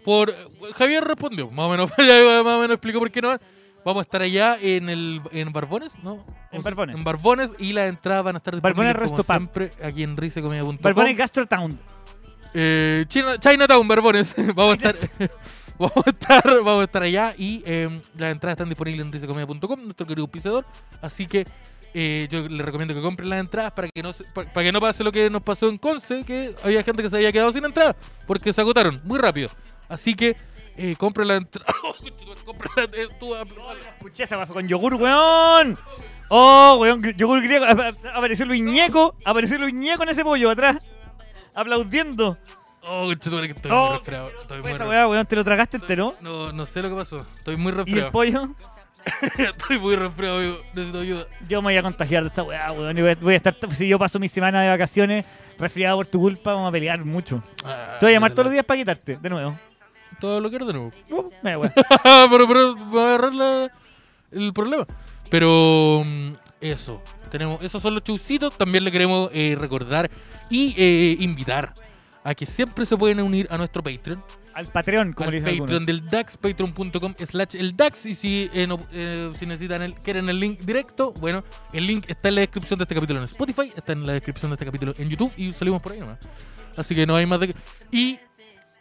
S1: Por Javier respondió, más o menos, ya más o menos explicó por qué no van. Vamos a estar allá en el en Barbones, ¿no?
S2: En Barbones.
S1: En Barbones y las entradas van a estar
S2: Barbones
S1: disponibles
S2: Resto
S1: como
S2: Pub.
S1: siempre aquí en ricecomedia.com.
S2: Barbones Gastro Town.
S1: Eh, China- Chinatown Barbones. vamos a estar vamos a estar vamos a estar allá y eh, las entradas están disponibles en ricecomedia.com, nuestro querido pisador, así que eh, yo les recomiendo que compren las entradas para que no se- pa- para que no pase lo que nos pasó en Conce, que había gente que se había quedado sin entrada porque se agotaron muy rápido. Así que eh, compren la entrada. compren la eh, tú, ah,
S2: Escuché esa fue con yogur, weón. Oh, weón, gr- yogur griego. Ap- ap- Apareció Luis Ñeco. Apareció Luis Ñeco en ese pollo atrás. Aplaudiendo.
S1: Oh, conchetumare, que estoy
S2: Oh,
S1: muy resfriado. Estoy
S2: Fue
S1: muy
S2: esa
S1: re-
S2: weá, weón, te lo tragaste entero.
S1: No, no sé lo que pasó. Estoy muy
S2: Y el
S1: resfriado.
S2: pollo,
S1: estoy muy resfriado, amigo. Necesito ayuda.
S2: yo me voy a contagiar de esta weá, weón. Y voy a- voy a estar, si yo paso mi semana de vacaciones resfriado por tu culpa, vamos a pelear mucho.
S1: Ah,
S2: Te voy a llamar
S1: de
S2: todos
S1: la-
S2: los días para quitarte, de nuevo.
S1: Todo lo que era de nuevo.
S2: Uh, me da weá.
S1: pero, pero va a agarrar la- el problema. Pero mm, eso, tenemos, esos son los chaucitos. También le queremos eh, recordar y eh, invitar a que siempre se pueden unir a nuestro Patreon.
S2: Al Patreon, como
S1: al
S2: le dicen
S1: Patreon
S2: algunos.
S1: del DAX, patreon.com slash el DAX. Y si, eh, no- eh, si necesitan el, quieren el link directo, bueno, el link está en la descripción de este capítulo en Spotify, está en la descripción de este capítulo en YouTube y salimos por ahí nomás. Así que no hay más de... Y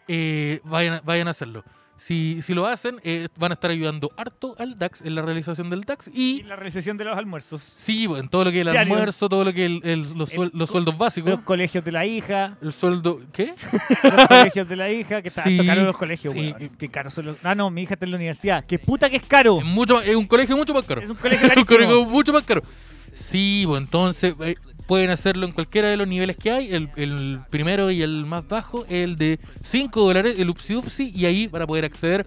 S1: eh, vayan, a- vayan a hacerlo. Si, si lo hacen, eh, van a estar ayudando harto al DAX en la realización del DAX
S2: Y
S1: y...
S2: la recesión de los almuerzos.
S1: Sí, bueno, en todo lo que es el
S2: Diarios.
S1: almuerzo, todo lo que es el- el- los, suel- los sueldos básicos.
S2: Los colegios de la hija.
S1: El sueldo... ¿Qué?
S2: los colegios de la hija, que está
S1: Sí,
S2: harto caro los colegios,
S1: sí.
S2: weón. Qué caro son los. Ah, no, mi hija está en la universidad. Qué puta que es caro.
S1: Es, mucho, es un colegio mucho más caro.
S2: Es un colegio
S1: Es un colegio
S2: carísimo.
S1: mucho más caro. Sí, pues entonces eh, pueden hacerlo en cualquiera de los niveles que hay. El, el primero y el más bajo, el de 5 dólares, el Upsi Upsi, y ahí para poder acceder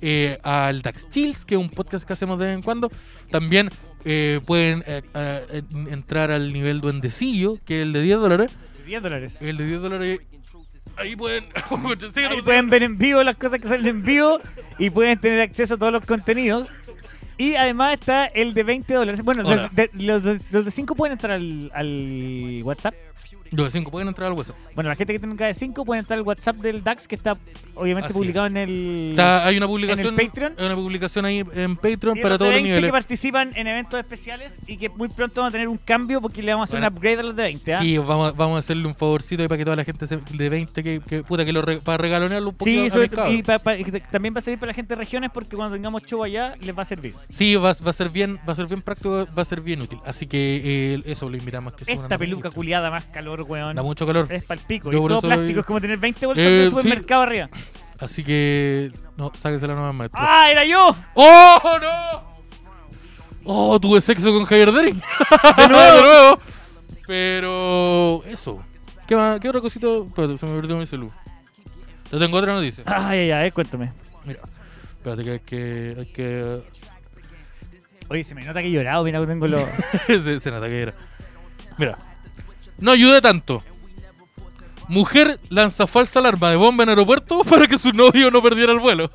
S1: eh, al Dax Chills, que es un podcast que hacemos de vez en cuando. También eh, pueden eh, a- en- entrar al nivel duendecillo, que es el de 10 dólares.
S2: 10 dólares.
S1: El de 10 dólares, ahí pueden. Sí,
S2: Ahí
S1: no,
S2: pueden ver en vivo las cosas que salen en vivo y pueden tener acceso a todos los contenidos. Y además está el de 20 dólares. Bueno,
S1: Hola.
S2: los de, los de- los de 5 pueden entrar al, al WhatsApp.
S1: Los de 5 pueden entrar al WhatsApp.
S2: Bueno, la gente que tenga de 5 puede entrar al WhatsApp del DAX, que está obviamente
S1: Así
S2: publicado en el.
S1: Está- hay una publicación,
S2: ¿En el Patreon?
S1: hay una publicación ahí en Patreon
S2: Y
S1: para
S2: los de
S1: todos los
S2: 20
S1: niveles.
S2: que participan en eventos especiales y que muy pronto van a tener un cambio porque le vamos a hacer
S1: Van a-
S2: un upgrade a los de 20. ¿ah?
S1: Sí, vamos, a- vamos a hacerle un favorcito ahí para que toda la gente se- de 20 que, que- puta que lo re- para regalonearlo un poquito.
S2: Sí,
S1: a
S2: sobre-
S1: mis cabros.
S2: y pa- pa- y que también va a servir para la gente de regiones porque cuando tengamos show allá les va a servir.
S1: Sí, va, va a ser bien, va a ser bien práctico, va a ser bien útil. Así que eh, eso lo invitamos que se unan
S2: Esta
S1: a-
S2: peluca Eh. culiada más calor, weón.
S1: Da mucho calor.
S2: Es palpico.
S1: Yo
S2: y
S1: por
S2: todo
S1: eso
S2: plástico.
S1: doy-
S2: Es como tener 20 bolsas
S1: Eh,
S2: de
S1: sí.
S2: supermercado arriba.
S1: Así que no, sáquesela nomás, maestro.
S2: ¡Ah, era yo!
S1: ¡Oh, no! ¡Oh, tuve sexo con Javier Derry! ¡De
S2: nuevo.
S1: nuevo! Pero eso. ¿Qué, más? ¿Qué otra cosita? Espérate, se me perdió mi celu. Yo tengo otra noticia.
S2: Ay, ay, ay, cuéntame.
S1: Mira, espérate que hay que... Hay que
S2: Oye, se me nota que he llorado. Mira, tengo los.
S1: se, se nota que era. Mira. No ayude tanto. Mujer lanza falsa alarma de bomba en aeropuerto para que su novio no perdiera el vuelo.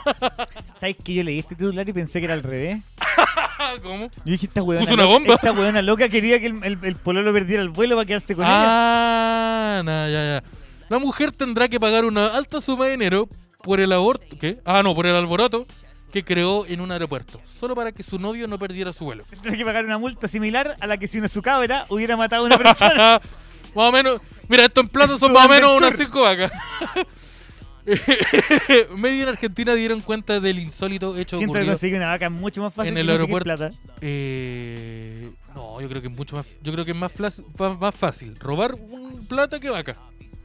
S2: ¿Sabes que yo leí este titular y pensé que era al revés?
S1: ¿Cómo?
S2: Yo dije, esta weona,
S1: Puso una
S2: loca-
S1: bomba.
S2: esta weona loca quería que el, el, el pololo perdiera el vuelo para quedarse con ella.
S1: Ah, na, ya, ya. La mujer tendrá que pagar una alta suma de dinero por el aborto. ¿Qué? Ah, no, por el alboroto que creó en un aeropuerto. Solo para que su novio no perdiera su vuelo.
S2: Tendrá que pagar una multa similar a la que si una su cabra hubiera matado a una persona.
S1: más o menos. Mira, esto en plata son
S2: Sudán
S1: más o menos
S2: del
S1: unas
S2: Sur.
S1: cinco vacas. Medio en Argentina dieron cuenta del insólito hecho
S2: Siento que
S1: ocurrido.
S2: consigue una vaca mucho más fácil
S1: en
S2: que
S1: el
S2: conseguir
S1: aeropuerto.
S2: plata.
S1: Eh, no, yo creo que es mucho más. Yo creo que es más, flas- fa- más fácil robar un plata que vaca.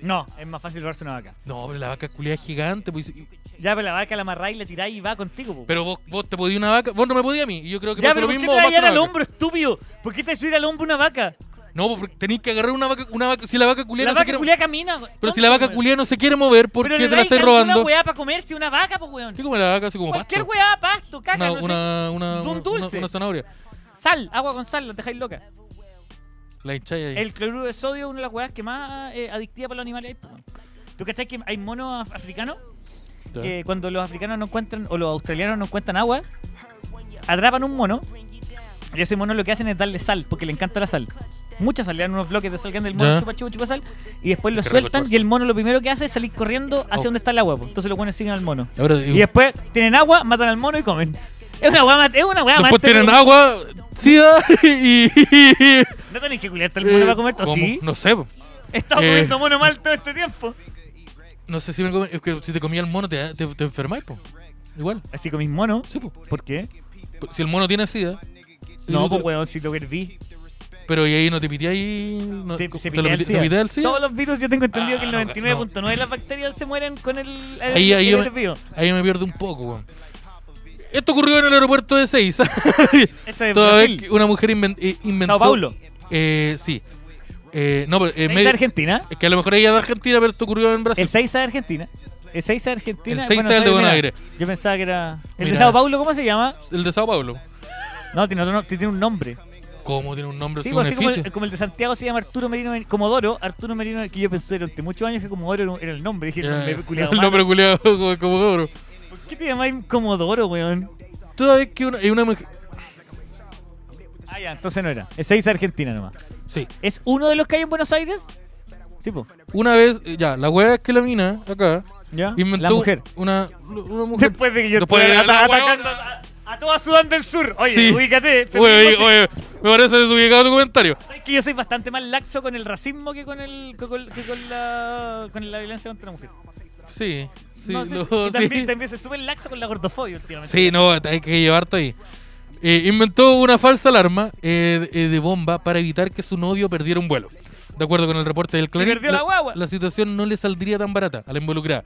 S2: No, es más fácil robarse una vaca.
S1: No, pero la vaca culia es gigante. pues, y-
S2: Ya, pero la vaca la amarráis, la tiráis y va contigo. po.
S1: pero vos, vos te podías una vaca. Vos no me podías a mí. Y yo creo que
S2: ya,
S1: pasa lo
S2: pero ¿por qué
S1: mismo.
S2: te
S1: o
S2: vas
S1: más
S2: a
S1: con
S2: llevar al
S1: la vaca.
S2: hombro, estúpido? ¿Por qué te vas a subir al hombro una vaca?
S1: No, porque tenéis que agarrar una vaca, una vaca. Si la vaca culia
S2: La
S1: no se
S2: vaca
S1: quiere-
S2: culia camina.
S1: Pero si la vaca culia no se quiere mover, ¿por
S2: porque
S1: qué te la estáis
S2: una
S1: robando?
S2: weá para comerse una vaca, pues weón.
S1: ¿Qué come la vaca? Así como
S2: Cualquier
S1: pasto.
S2: weá, pasto, caca,
S1: una,
S2: no sé.
S1: una, una,
S2: de un
S1: una-
S2: dulce.
S1: una- una zanahoria.
S2: Sal, agua con sal, la dejáis loca.
S1: La hincháis ahí.
S2: El cloruro de sodio es una de las weas que más eh, adictiva para los animales hay. po, weón. ¿Tú cachás que hay monos af- africanos
S1: Ya.
S2: que cuando los africanos no encuentran o los australianos no encuentran agua, atrapan un mono y ese mono lo que hacen es darle sal porque le encanta la sal. Mucha sal, le dan unos bloques de sal que anda el mono,
S1: Ya.
S2: chupa, chupa, chupa sal y después lo
S1: Qué rico
S2: sueltan
S1: chupar
S2: y el mono lo primero que hace es salir corriendo hacia
S1: Oh.
S2: donde está el agua. po. Entonces los buenos siguen al mono.
S1: Ya, pero,
S2: Y después tienen agua, matan al mono y comen. Es una weá, es una weá más
S1: después tienen
S2: terrible.
S1: agua, sida y. y-
S2: No tenés que culiarte al mono para comer, ¿o
S1: Eh, ¿cómo?
S2: sí?
S1: No sé. po.
S2: He estado
S1: Eh.
S2: comiendo mono mal todo este tiempo.
S1: No sé si me come- es que si te comía el mono te, te, te enfermáis, po. Igual.
S2: Así comís mono.
S1: Sí, po.
S2: ¿Por qué?
S1: Si el mono tiene sida.
S2: No,
S1: y-
S2: pues weón, si lo herví.
S1: Pero y ahí no te pitéis. No,
S2: Te- se
S1: lo
S2: pitea el
S1: pite- se
S2: SIDA.
S1: pitea el SIDA.
S2: Todos los virus yo tengo entendido
S1: Ah,
S2: que el
S1: no,
S2: 99.9 de las bacterias se mueren con el, el,
S1: Ahí- ahí
S2: el
S1: yo me-
S2: hervido.
S1: Ahí me pierdo un poco, weón. Esto ocurrió en el aeropuerto de Seiza.
S2: Esto es
S1: Toda vez
S2: Brasil.
S1: que una mujer inven- eh, inventó.
S2: Sao Paulo.
S1: Eh, sí. Eh, no, pero. eh,
S2: ¿Es
S1: medio-
S2: de Argentina?
S1: Es que a lo mejor ella es de Argentina, pero esto ocurrió en Brasil.
S2: El 6 de Argentina. El 6 de Argentina.
S1: El
S2: Buenos
S1: 6A es el de Buenos
S2: mira, Yo pensaba que era. ¿El de
S1: Mira.
S2: Sao Paulo cómo se llama?
S1: El de Sao Paulo.
S2: No, tiene, otro no- tiene un nombre.
S1: ¿Cómo tiene un nombre?
S2: Sí,
S1: así,
S2: pues,
S1: un
S2: así como,
S1: edificio?
S2: el, como el de Santiago se llama Arturo Merino, Ben- Comodoro, Arturo Merino, que yo pensé durante muchos años que Comodoro era un- era el nombre. Dije,
S1: Ya,
S2: el nombre culiao
S1: el
S2: malo.
S1: nombre culiado como, como duro.
S2: ¿Por qué te llamáis Comodoro, weón?
S1: Toda vez que una, hay una mujer.
S2: Ah, ya, entonces no era. Es 6 de Argentina nomás.
S1: Sí.
S2: ¿Es uno de los que hay en Buenos Aires? Sí, po.
S1: Una vez, eh, ya, la wea es que la mina, acá,
S2: ¿Ya?
S1: inventó
S2: Ah, La mujer.
S1: Una, una mujer.
S2: Después de que yo
S1: Después
S2: estuve
S1: de la
S2: ata- atacando a, a toda Sudán del Sur. Oye,
S1: Sí.
S2: ubícate.
S1: Oye, oye,
S2: feminismo,
S1: oye, me parece desubicado tu comentario.
S2: ¿sabes que yo soy bastante más laxo con el racismo que con el que con, que con la, con la violencia contra la mujer.
S1: Sí, sí,
S2: No sé,
S1: no,
S2: y también,
S1: sí.
S2: también soy súper laxo con la gordofobia últimamente.
S1: Sí, no, hay que llevarte ahí. Eh, inventó una falsa alarma eh, de- eh, de bomba para evitar que su novio perdiera un vuelo. De acuerdo con el reporte del Clarín,
S2: perdió la guagua.
S1: situación no le saldría tan barata a la involucrada,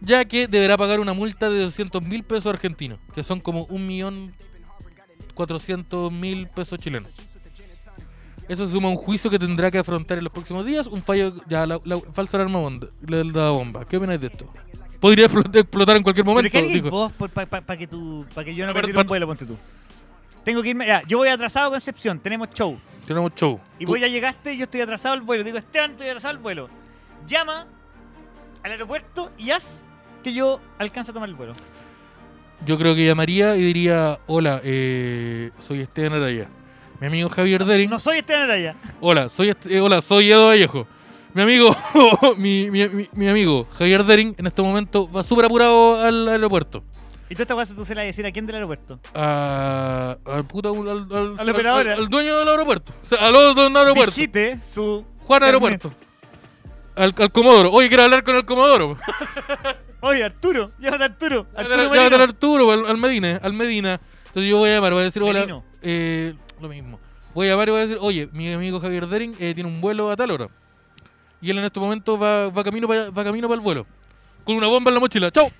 S1: ya que deberá pagar una multa de 200 mil pesos argentinos, que son como 1.400.000 pesos chilenos. Eso se suma a un juicio que tendrá que afrontar en los próximos días, un fallo, ya la, la falsa alarma bond- de la bomba. ¿Qué opináis de esto? Podría explo- explotar en cualquier
S2: ¿Pero
S1: momento.
S2: qué harías
S1: dijo.
S2: vos para que, tú- pa que yo no
S1: A ver,
S2: perdiera un
S1: pa-
S2: vuelo, ponte tú? Tengo que irme. Ya, yo voy atrasado a Concepción, tenemos show.
S1: Tenemos show.
S2: Y
S1: Tú-
S2: vos ya llegaste y yo estoy atrasado al vuelo. Digo, Esteban, estoy atrasado al vuelo. Llama al aeropuerto y haz que yo alcance a tomar el vuelo.
S1: Yo creo que llamaría y diría, hola, eh, soy Esteban Araya. Mi amigo Javier Dering.
S2: No soy Esteban Araya.
S1: Hola, soy, est- eh, hola, soy Edo Vallejo. Mi amigo, mi, mi- mi- mi amigo Javier Dering en este momento va súper apurado al aeropuerto.
S2: Y tú esta weá se tú se la vas a decir a quién del aeropuerto.
S1: A- al puta, al, al- al-
S2: la operadora.
S1: al- al dueño del aeropuerto. O sea, al otro del aeropuerto.
S2: Dijiste su.
S1: Juan Aeropuerto. Al, al Comodoro. Oye, quiero hablar con el Comodoro.
S2: Oye, Arturo, llévate a Arturo. Arturo
S1: Llámate al
S2: Marino.
S1: Arturo, al, al Medina, al Medina. Entonces yo voy a llamar, voy a decir hola.
S2: Merino.
S1: eh, lo mismo. Voy a llamar y voy a decir, oye, mi amigo Javier Dering eh, tiene un vuelo a tal hora. Y él en este momento va, va camino para va camino para el vuelo. Con una bomba en la mochila. ¡Chao!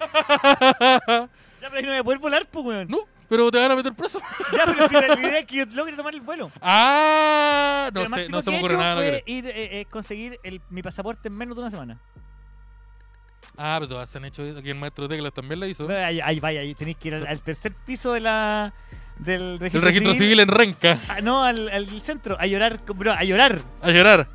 S2: Ya, pero ahí no voy a poder volar, pues, weón.
S1: No, pero te van a meter preso.
S2: Ya, pero si la la idea es que yo logre tomar el vuelo.
S1: ¡Ah! No
S2: Pero lo
S1: sé,
S2: máximo
S1: no se
S2: que
S1: me
S2: he
S1: ocurre
S2: hecho
S1: nada. no
S2: fue
S1: creo.
S2: ir, eh, eh, conseguir el- mi pasaporte en menos de una semana.
S1: Ah, pero todas se han hecho eso. Aquí el maestro Teclas también la hizo.
S2: No, Ahí, ahí vaya, ahí tenéis que ir al, al tercer piso de la, del registro,
S1: El registro civil en Renca.
S2: Ah, no, al, al centro, a llorar, co- bro, a llorar.
S1: A llorar.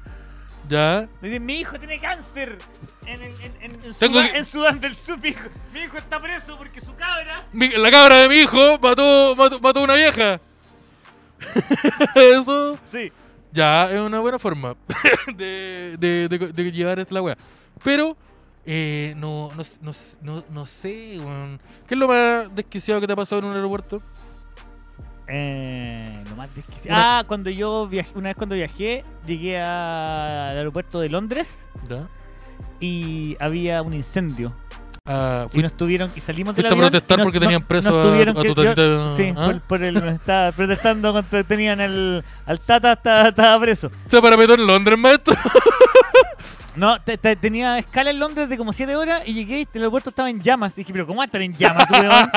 S1: Ya.
S2: Me dicen, mi hijo tiene cáncer en, el- en- en- en
S1: Tengo
S2: Sudán,
S1: que-
S2: en Sudán del Sur, mi hijo, mi hijo está preso porque su cabra...
S1: Mi- la cabra de mi hijo mató, mató, mató una vieja. Eso
S2: Sí,
S1: ya es una buena forma de, de, de, de llevar esta la wea. Pero eh, no, no, no, no, no sé, weón. ¿Qué es lo más desquiciado que te ha pasado en un aeropuerto?
S2: Eh, lo más desquiciado.
S1: Una-
S2: Ah, cuando yo viajé, una vez cuando viajé, llegué a- al aeropuerto de Londres
S1: ¿Ya?
S2: y había un incendio.
S1: Ah,
S2: Y
S1: fui-
S2: nos tuvieron, y salimos del
S1: Fuiste a
S2: avión.
S1: protestar
S2: y nos-
S1: porque
S2: no-
S1: tenían preso
S2: nos
S1: a-
S2: tuvieron
S1: a
S2: que-
S1: tu
S2: yo-
S1: tatita,
S2: Sí,
S1: ¿ah?
S2: por, por el, estaba protestando cuando tenían el, al tata, estaba, estaba preso.
S1: ¿Se parapeto en Londres, maestro?
S2: No, te- te- tenía escala en Londres de como 7 horas y llegué y el aeropuerto estaba en llamas. Y dije, pero ¿cómo va a estar en llamas, weón?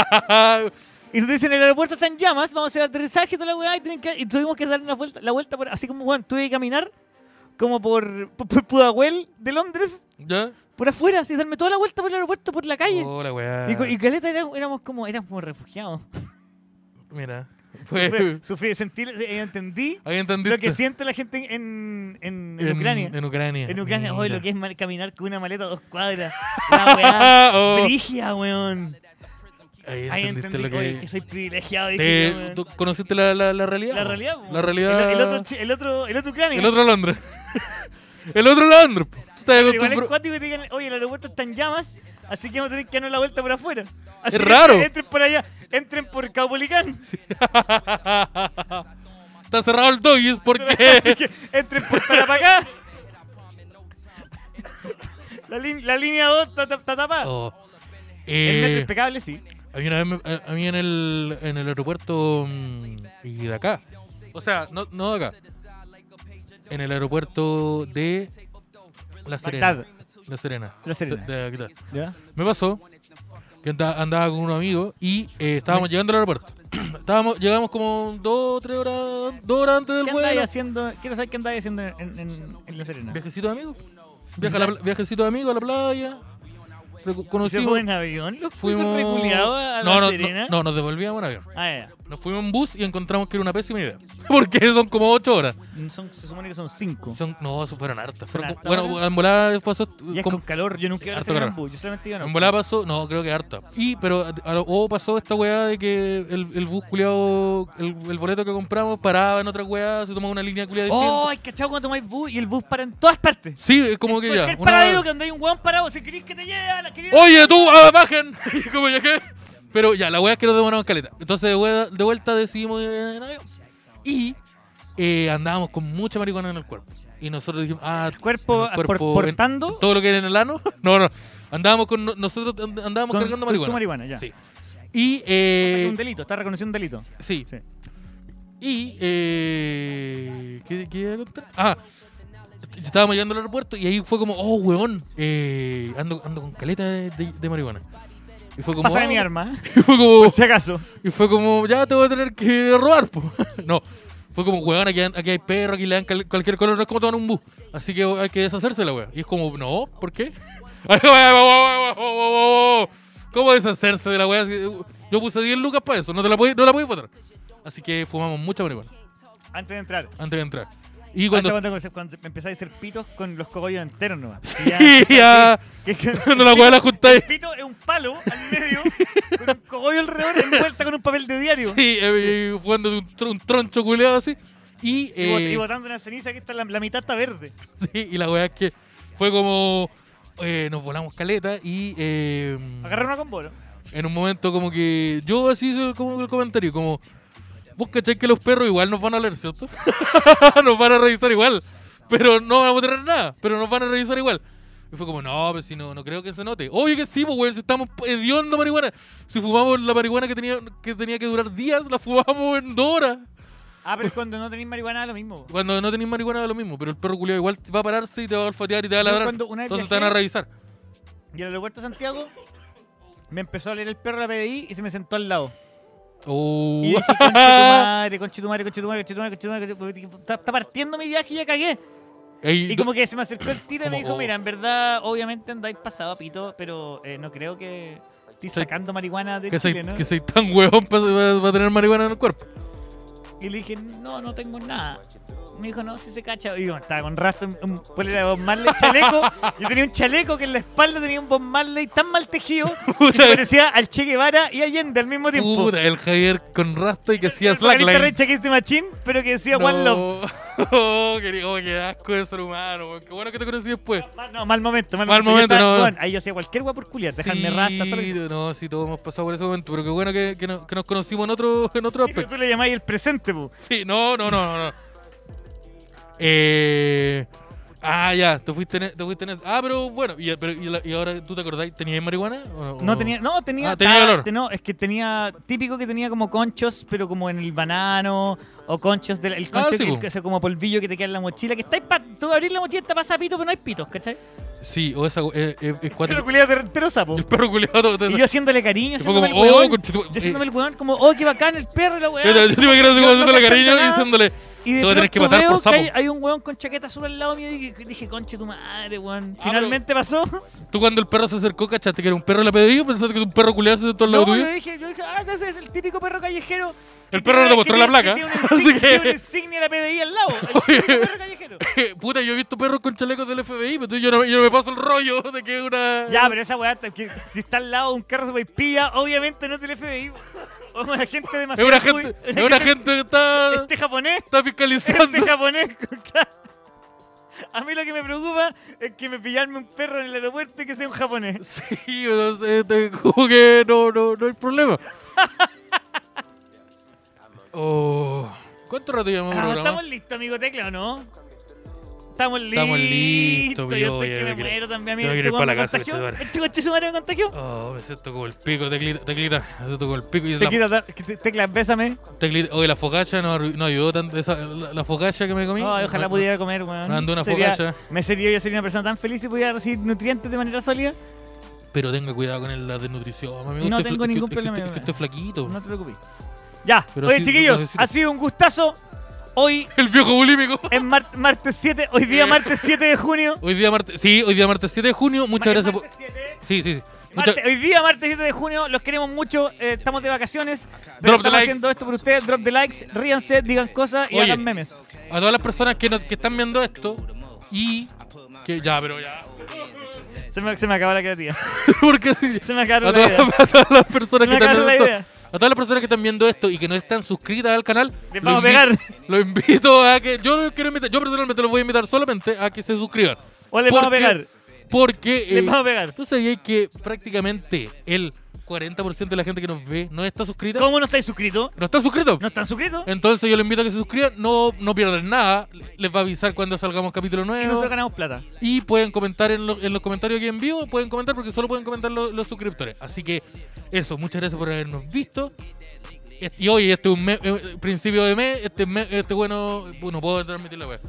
S2: Y nos dicen, el aeropuerto está en llamas, vamos a hacer aterrizaje y toda la weá, y, tienen que- y tuvimos que dar una vuelta, la vuelta por, así como, weón, tuve que caminar como por, por, por Pudahuel de Londres,
S1: ¿Ya? Oh,
S2: por afuera, así darme toda la vuelta por el aeropuerto, por la calle.
S1: Hola, weá.
S2: Y, co- y caleta era- éramos como, éramos como refugiados.
S1: Mira. Fue,
S2: Sufrí, sufrí, sentí, eh, entendí
S1: ahí
S2: lo
S1: entendiste.
S2: que siente la gente en, en, en Ucrania.
S1: En Ucrania.
S2: En Ucrania, hoy
S1: mira.
S2: lo que es mal- caminar con una maleta a dos cuadras. La weá.
S1: Oh,
S2: Brigia, weón.
S1: ahí
S2: Ahí
S1: entendiste
S2: entendí
S1: lo
S2: oye,
S1: que...
S2: que soy privilegiado. dije,
S1: Te-
S2: weón.
S1: ¿tú ¿Conociste la, la, la realidad?
S2: La
S1: po?
S2: realidad, po.
S1: La realidad.
S2: El, el otro, chi- el, otro, el otro Ucrania.
S1: el otro Londres. el otro Londres. po. Tú estás
S2: Pero igual es
S1: acostumbr-
S2: cuático que te digan, oye, el aeropuerto está en llamas, así que vamos a tener que darnos la vuelta por afuera. Así
S1: Es
S2: que
S1: raro.
S2: Entren por allá, entren por Caupolicán.
S1: Está cerrado el doggies
S2: Así
S1: porque.
S2: que entren por Tarapacá. La, lin- la línea 2 está, está- está tapada.
S1: Oh.
S2: El metro
S1: Eh,
S2: impecable, sí.
S1: a mí una vez me- a, a mí en el, en el aeropuerto mm, y de acá. O sea, no, no de acá. En el aeropuerto de La Serena.
S2: Bagdad.
S1: La Serena.
S2: La Serena.
S1: De- de Bagdad.
S2: ¿Ya?
S1: Me pasó que anda- andaba con un amigo y eh, estábamos llegando al aeropuerto. estábamos, llegamos como dos o tres horas, dos horas antes
S2: ¿Qué
S1: del
S2: andáis
S1: vuelo.
S2: haciendo? Quiero saber qué andáis haciendo en, en- en La Serena.
S1: Viajecito de amigos. Viaja a la pla- viajecito de amigos a la playa. Reco-
S2: ¿Se
S1: Conocimos.
S2: fue en avión? ¿Lo
S1: Fuimos.
S2: fuimos reculeados a La
S1: no, no,
S2: Serena?
S1: no, no, nos devolvíamos en avión.
S2: Ah,
S1: Nos fuimos en bus y encontramos que era una pésima idea. Porque son como ocho horas.
S2: ya. Mm, Son- se supone que son cinco.
S1: Son, no, eso fueron hartas. Fueron
S2: ¿Fueron
S1: como- bueno,
S2: hartas?
S1: en volada pasó.
S2: Y es
S1: como-
S2: con calor, yo nunca iba a
S1: Harto
S2: hacer
S1: calor.
S2: un bus, yo solamente iba a
S1: En volada pasó, no, creo que harta. Y, pero, a- a- o pasó esta weá de que el, el bus culiado, el, el boleto que compramos paraba en otra weá, se tomaba una línea culiada
S2: ¡Oh!
S1: distinta.
S2: Ay, cachado cuando tomáis bus y el bus para en todas partes.
S1: Sí, es como que ya.
S2: Cualquier
S1: una-
S2: paradero que donde hay un hueón parado, si querés que te lleve a la querida.
S1: Oye, tú, ah, bajen. Y como ya que. Pero ya, la weá es que nos demoramos caleta. Entonces, de vuelta, de vuelta decidimos ir en avión. Y eh, andábamos con mucha marihuana en el cuerpo. Y nosotros dijimos, ah,
S2: cuerpo,
S1: en el
S2: por-
S1: en-
S2: portando?
S1: en todo lo que era en el ano. No, no. Andábamos con. Nosotros and- andábamos
S2: Con-
S1: cargando
S2: con su
S1: marihuana.
S2: marihuana, ya.
S1: Sí. Y.
S2: Es
S1: Eh,
S2: un delito, está reconociendo un delito.
S1: Sí.
S2: Sí.
S1: Y. Eh, ¿Qué qué iba a contar? Ah. Estábamos llegando al aeropuerto y ahí fue como, oh, weón, eh, ando, ando con caleta de, de- de marihuana. Y fue como,
S2: Pásame
S1: ah,
S2: mi arma,
S1: Y fue como,
S2: por si acaso.
S1: y fue como, ya te voy a tener que robar, po. No, fue como, weón, aquí, aquí hay perro, aquí le dan cal- cualquier color, no es como tomar un bus. Así que hay que deshacerse la weón. Y es como, no, ¿por qué? ¿Cómo deshacerse de la weá? Yo puse 10 lucas para eso, no, te la podí, no la podí botar. Así que fumamos mucha marihuana
S2: Antes de entrar.
S1: antes de entrar. Y
S2: Cuando,
S1: cuando.
S2: cuando, cuando, me empecé a hacer pitos con los cogollos enteros nomás.
S1: Y ya.
S2: que- que-
S1: Cuando la weá la
S2: El
S1: juntáis.
S2: pito es un palo al medio, con un cogollo alrededor, envuelta con un papel de diario.
S1: Sí, eh, eh, jugando de un, tr- un troncho culeado así. Y,
S2: Y, bot-
S1: eh,
S2: y botando una ceniza que está la, la mitad está verde.
S1: sí, y la weá es que fue como. eh, nos volamos caleta y. eh,
S2: Agarrar una con bolo.
S1: en un momento como que. Yo así hice como el comentario, como. Vos cachai que los perros igual nos van a leer, ¿cierto? nos van a revisar igual. Pero no vamos a tener nada, pero nos van a revisar igual. Y fue como, no, pero si no, no creo que se note. Oye que sí, pues, weón, si estamos hediondo marihuana. Si fumamos la marihuana que tenía, que tenía que durar días, la fumamos en dos horas.
S2: Ah, pero es cuando no tenéis marihuana es lo mismo. bo.
S1: Cuando no tenéis marihuana es lo mismo, pero el perro culiado igual va a pararse y te va a olfatear y te va a
S2: Yo
S1: ladrar.
S2: cuando una vez
S1: Entonces te
S2: viajé-
S1: van a revisar.
S2: Y en el aeropuerto de Santiago me empezó a leer el perro de la PDI y se me sentó al lado.
S1: Oh.
S2: Y dije, concha tu madre, concha tu madre, concha tu madre, concha tu madre, concha tu madre, concha tu madre, Está, está partiendo mi viaje y ya cagué.
S1: Ey,
S2: Y
S1: do-
S2: como que se me acercó el tiro y me
S1: Como,
S2: dijo,
S1: oh.
S2: mira, en verdad, obviamente andáis pasado a pito, pero eh, no creo que estéis
S1: Soy-
S2: sacando marihuana de
S1: que, soy,
S2: Chile, ¿no?
S1: que soy tan huevón para tener marihuana en el cuerpo.
S2: Y le dije, no, no tengo nada. Me dijo, no, si se cacha. Y yo estaba con rastro, un- un polera de Bob Marley, chaleco. y tenía un chaleco que en la espalda tenía un Bob Marley tan mal tejido que se parecía al Che Guevara y Allende al mismo tiempo.
S1: Puta, el Javier con rasta y que hacía
S2: El vocalista
S1: slackline.
S2: Red Check Is the Machine, pero que decía One Love.
S1: oh, qué, oh, qué asco de ser humano. weón. Qué bueno que te conocí después.
S2: Mal- No, mal momento, mal,
S1: Mal momento,
S2: momento. Yo estaba-
S1: no.
S2: bueno, ahí yo hacía cualquier guay por culiar, dejarme rasta, todo lo que-
S1: Sí, No, sí, todos hemos pasado por ese momento, pero qué bueno que, que no- que nos conocimos en otro, en otro
S2: Sí, pero
S1: aspecto.
S2: Tú le llamáis el presente, po.
S1: Sí, no, no, no, no. no. Eh, ah, ya, te fuiste, en, e- te fuiste en e- Ah, pero bueno, y, pero, y, la- y ahora tú te acordás, ¿tenías marihuana? o o
S2: No tenía, no tenía,
S1: Ah, tenía
S2: ah,
S1: olor.
S2: te- no, es que tenía típico que tenía como conchos, pero como en el banano o conchos del el
S1: Ah,
S2: concho
S1: sí,
S2: que-
S1: po.
S2: que- ese como polvillo que te queda en la mochila, que estáis pa, tú abrís la mochila está pasa pito, pero no hay pitos, ¿cachai?
S1: Sí, o esa. Eh, eh, es
S2: Pero
S1: cuatro,
S2: culiado de entero sapo.
S1: el perro culiado.
S2: Y yo haciéndole cariño,
S1: Y fue
S2: haciéndome el
S1: como, oh,
S2: huevón.
S1: conchito-
S2: Yo haciéndome
S1: eh.
S2: el huevón como, "Oh, qué bacán el perro y la
S1: Yo, yo,
S2: weá."
S1: yo te imagino así como
S2: Yo no
S1: haciéndole
S2: cachando
S1: cariño y
S2: nada.
S1: diciéndole.
S2: Y de
S1: Te voy a tener que
S2: pronto
S1: matar
S2: veo
S1: por
S2: que hay,
S1: sapo.
S2: hay un weón con chaqueta azul al lado mío y dije, dije, conche tu madre, weón.
S1: Ah,
S2: Finalmente pasó.
S1: Tú cuando el perro se acercó, cachaste que era un perro la pedí, pensaste que era un perro culiado se sentó al lado
S2: No,
S1: tuyo.
S2: yo dije, yo dije, ah, ese es el típico perro callejero.
S1: El perro no te mostró la placa. Así
S2: Así que. tiene una
S1: que-
S2: insignia de la PDI al lado. El típico perro callejero.
S1: Puta, yo he visto perros con chalecos del FBI, pero tú- yo no, yo no me paso el rollo de que es una.
S2: Ya, pero esa weá, está- que si está al lado de un carro super pilla, obviamente no es del FBI. O es una gente
S1: es
S2: demasiado.
S1: una
S2: muy-
S1: gente, es una gente que está,
S2: Este japonés.
S1: está
S2: Este
S1: fiscalizando.
S2: japonés. claro. A mí lo que me preocupa es que me pillarme un perro en el aeropuerto y que sea un japonés.
S1: Sí, o sea, este, como que no, no, no hay problema. Oh, ¿Cuánto rato llevamos de
S2: Ah,
S1: programa?
S2: estamos listos, amigo Tecla, ¿o no? Estamos listos.
S1: Estamos listos,
S2: Yo
S1: yo
S2: estoy
S1: ya
S2: que
S1: me
S2: me
S1: quiero-
S2: muero también,
S1: yo me
S2: amigo. ¿Este
S1: quiero ir pa'
S2: weón
S1: la
S2: me
S1: casa,
S2: contagió?
S1: conchetumare.
S2: ¿Este coche su madre me contagió?
S1: Oh, me siento como el pico, teclita, teclita, me siento como el pico. Y la-
S2: Teclita, ta- que te- Tecla, bésame.
S1: teclita- oye, la focacha no, arru- no ayudó tanto, esa, la, la focacha que me comí.
S2: Ay, ojalá
S1: no-
S2: pudiera comer, weón.
S1: Mando una
S2: Sería-
S1: fogalla.
S2: Me sería yo sería una persona tan feliz si pudiera recibir nutrientes de manera sólida.
S1: Pero tenga cuidado con el- la desnutrición, amigo.
S2: No
S1: Usted es
S2: tengo
S1: fla- es que-
S2: ningún
S1: es que usted-
S2: problema,
S1: Es que usted es flaquito.
S2: No te preocupes. Ya,
S1: Pero
S2: oye,
S1: sí,
S2: chiquillos,
S1: no, sí, sí.
S2: ha sido un gustazo. Hoy
S1: El viejo bulímico.
S2: es mar- martes 7, hoy día
S1: Eh.
S2: martes 7 de junio.
S1: Hoy día martes, sí, hoy día martes 7 de junio. Muchas
S2: Ma- es
S1: gracias por...
S2: martes 7.
S1: Sí, sí, sí. Muchas-
S2: Marte- hoy día, martes 7 de junio, los queremos mucho. eh, estamos de vacaciones. Pero
S1: Drop the
S2: estamos
S1: likes.
S2: haciendo esto por ustedes. Drop the likes, ríanse, digan cosas y
S1: Oye.
S2: hagan memes.
S1: A todas las personas que, nos- que están viendo esto y... Que ya, pero ya.
S2: Se me, se me acabó la creatividad.
S1: Porque sí.
S2: Se me
S1: A
S2: acabó la
S1: todas,
S2: idea.
S1: a todas las personas que
S2: Me
S1: están viendo
S2: agarro la
S1: esto,
S2: idea.
S1: a todas las personas que están viendo esto y que no están suscritas al canal,
S2: Les
S1: lo
S2: vamos a
S1: invi-
S2: pegar.
S1: lo invito a que yo quiero invitar, yo personalmente los voy a invitar solamente a que se suscriban.
S2: O les vamos a pegar.
S1: Porque
S2: Les
S1: eh,
S2: vamos a pegar.
S1: tú sabías que prácticamente el 40% de la gente que nos ve no está suscrita.
S2: ¿Cómo no estáis suscritos?
S1: No está suscrito.
S2: ¿No están suscritos?
S1: Entonces yo les invito a que se suscriban, no no pierdan nada, les va a avisar cuando salgamos capítulo
S2: Y
S1: nuevo.
S2: nosotros ganamos plata.
S1: Y pueden comentar en, lo- en los comentarios aquí en vivo, pueden comentar porque solo pueden comentar lo- los suscriptores. Así que eso, muchas gracias por habernos visto. Es- Y hoy, este es un me- eh, principio de mes, este, me- este bueno, bueno, puedo transmitir la web.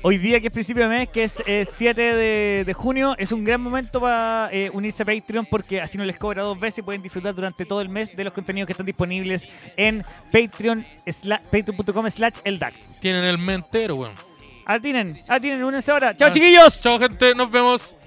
S2: Hoy día, que es principio de mes, que es eh, 7 de, de junio, es un gran momento para eh, unirse a Patreon porque así no les cobra dos veces y pueden disfrutar durante todo el mes de los contenidos que están disponibles en Patreon, sla- patreon.com slash el DAX.
S1: Tienen el mes entero, weón.
S2: Atinen, atinen, únense ahora. ¡Chao,
S1: Ah,
S2: chiquillos!
S1: Chao, gente, nos vemos.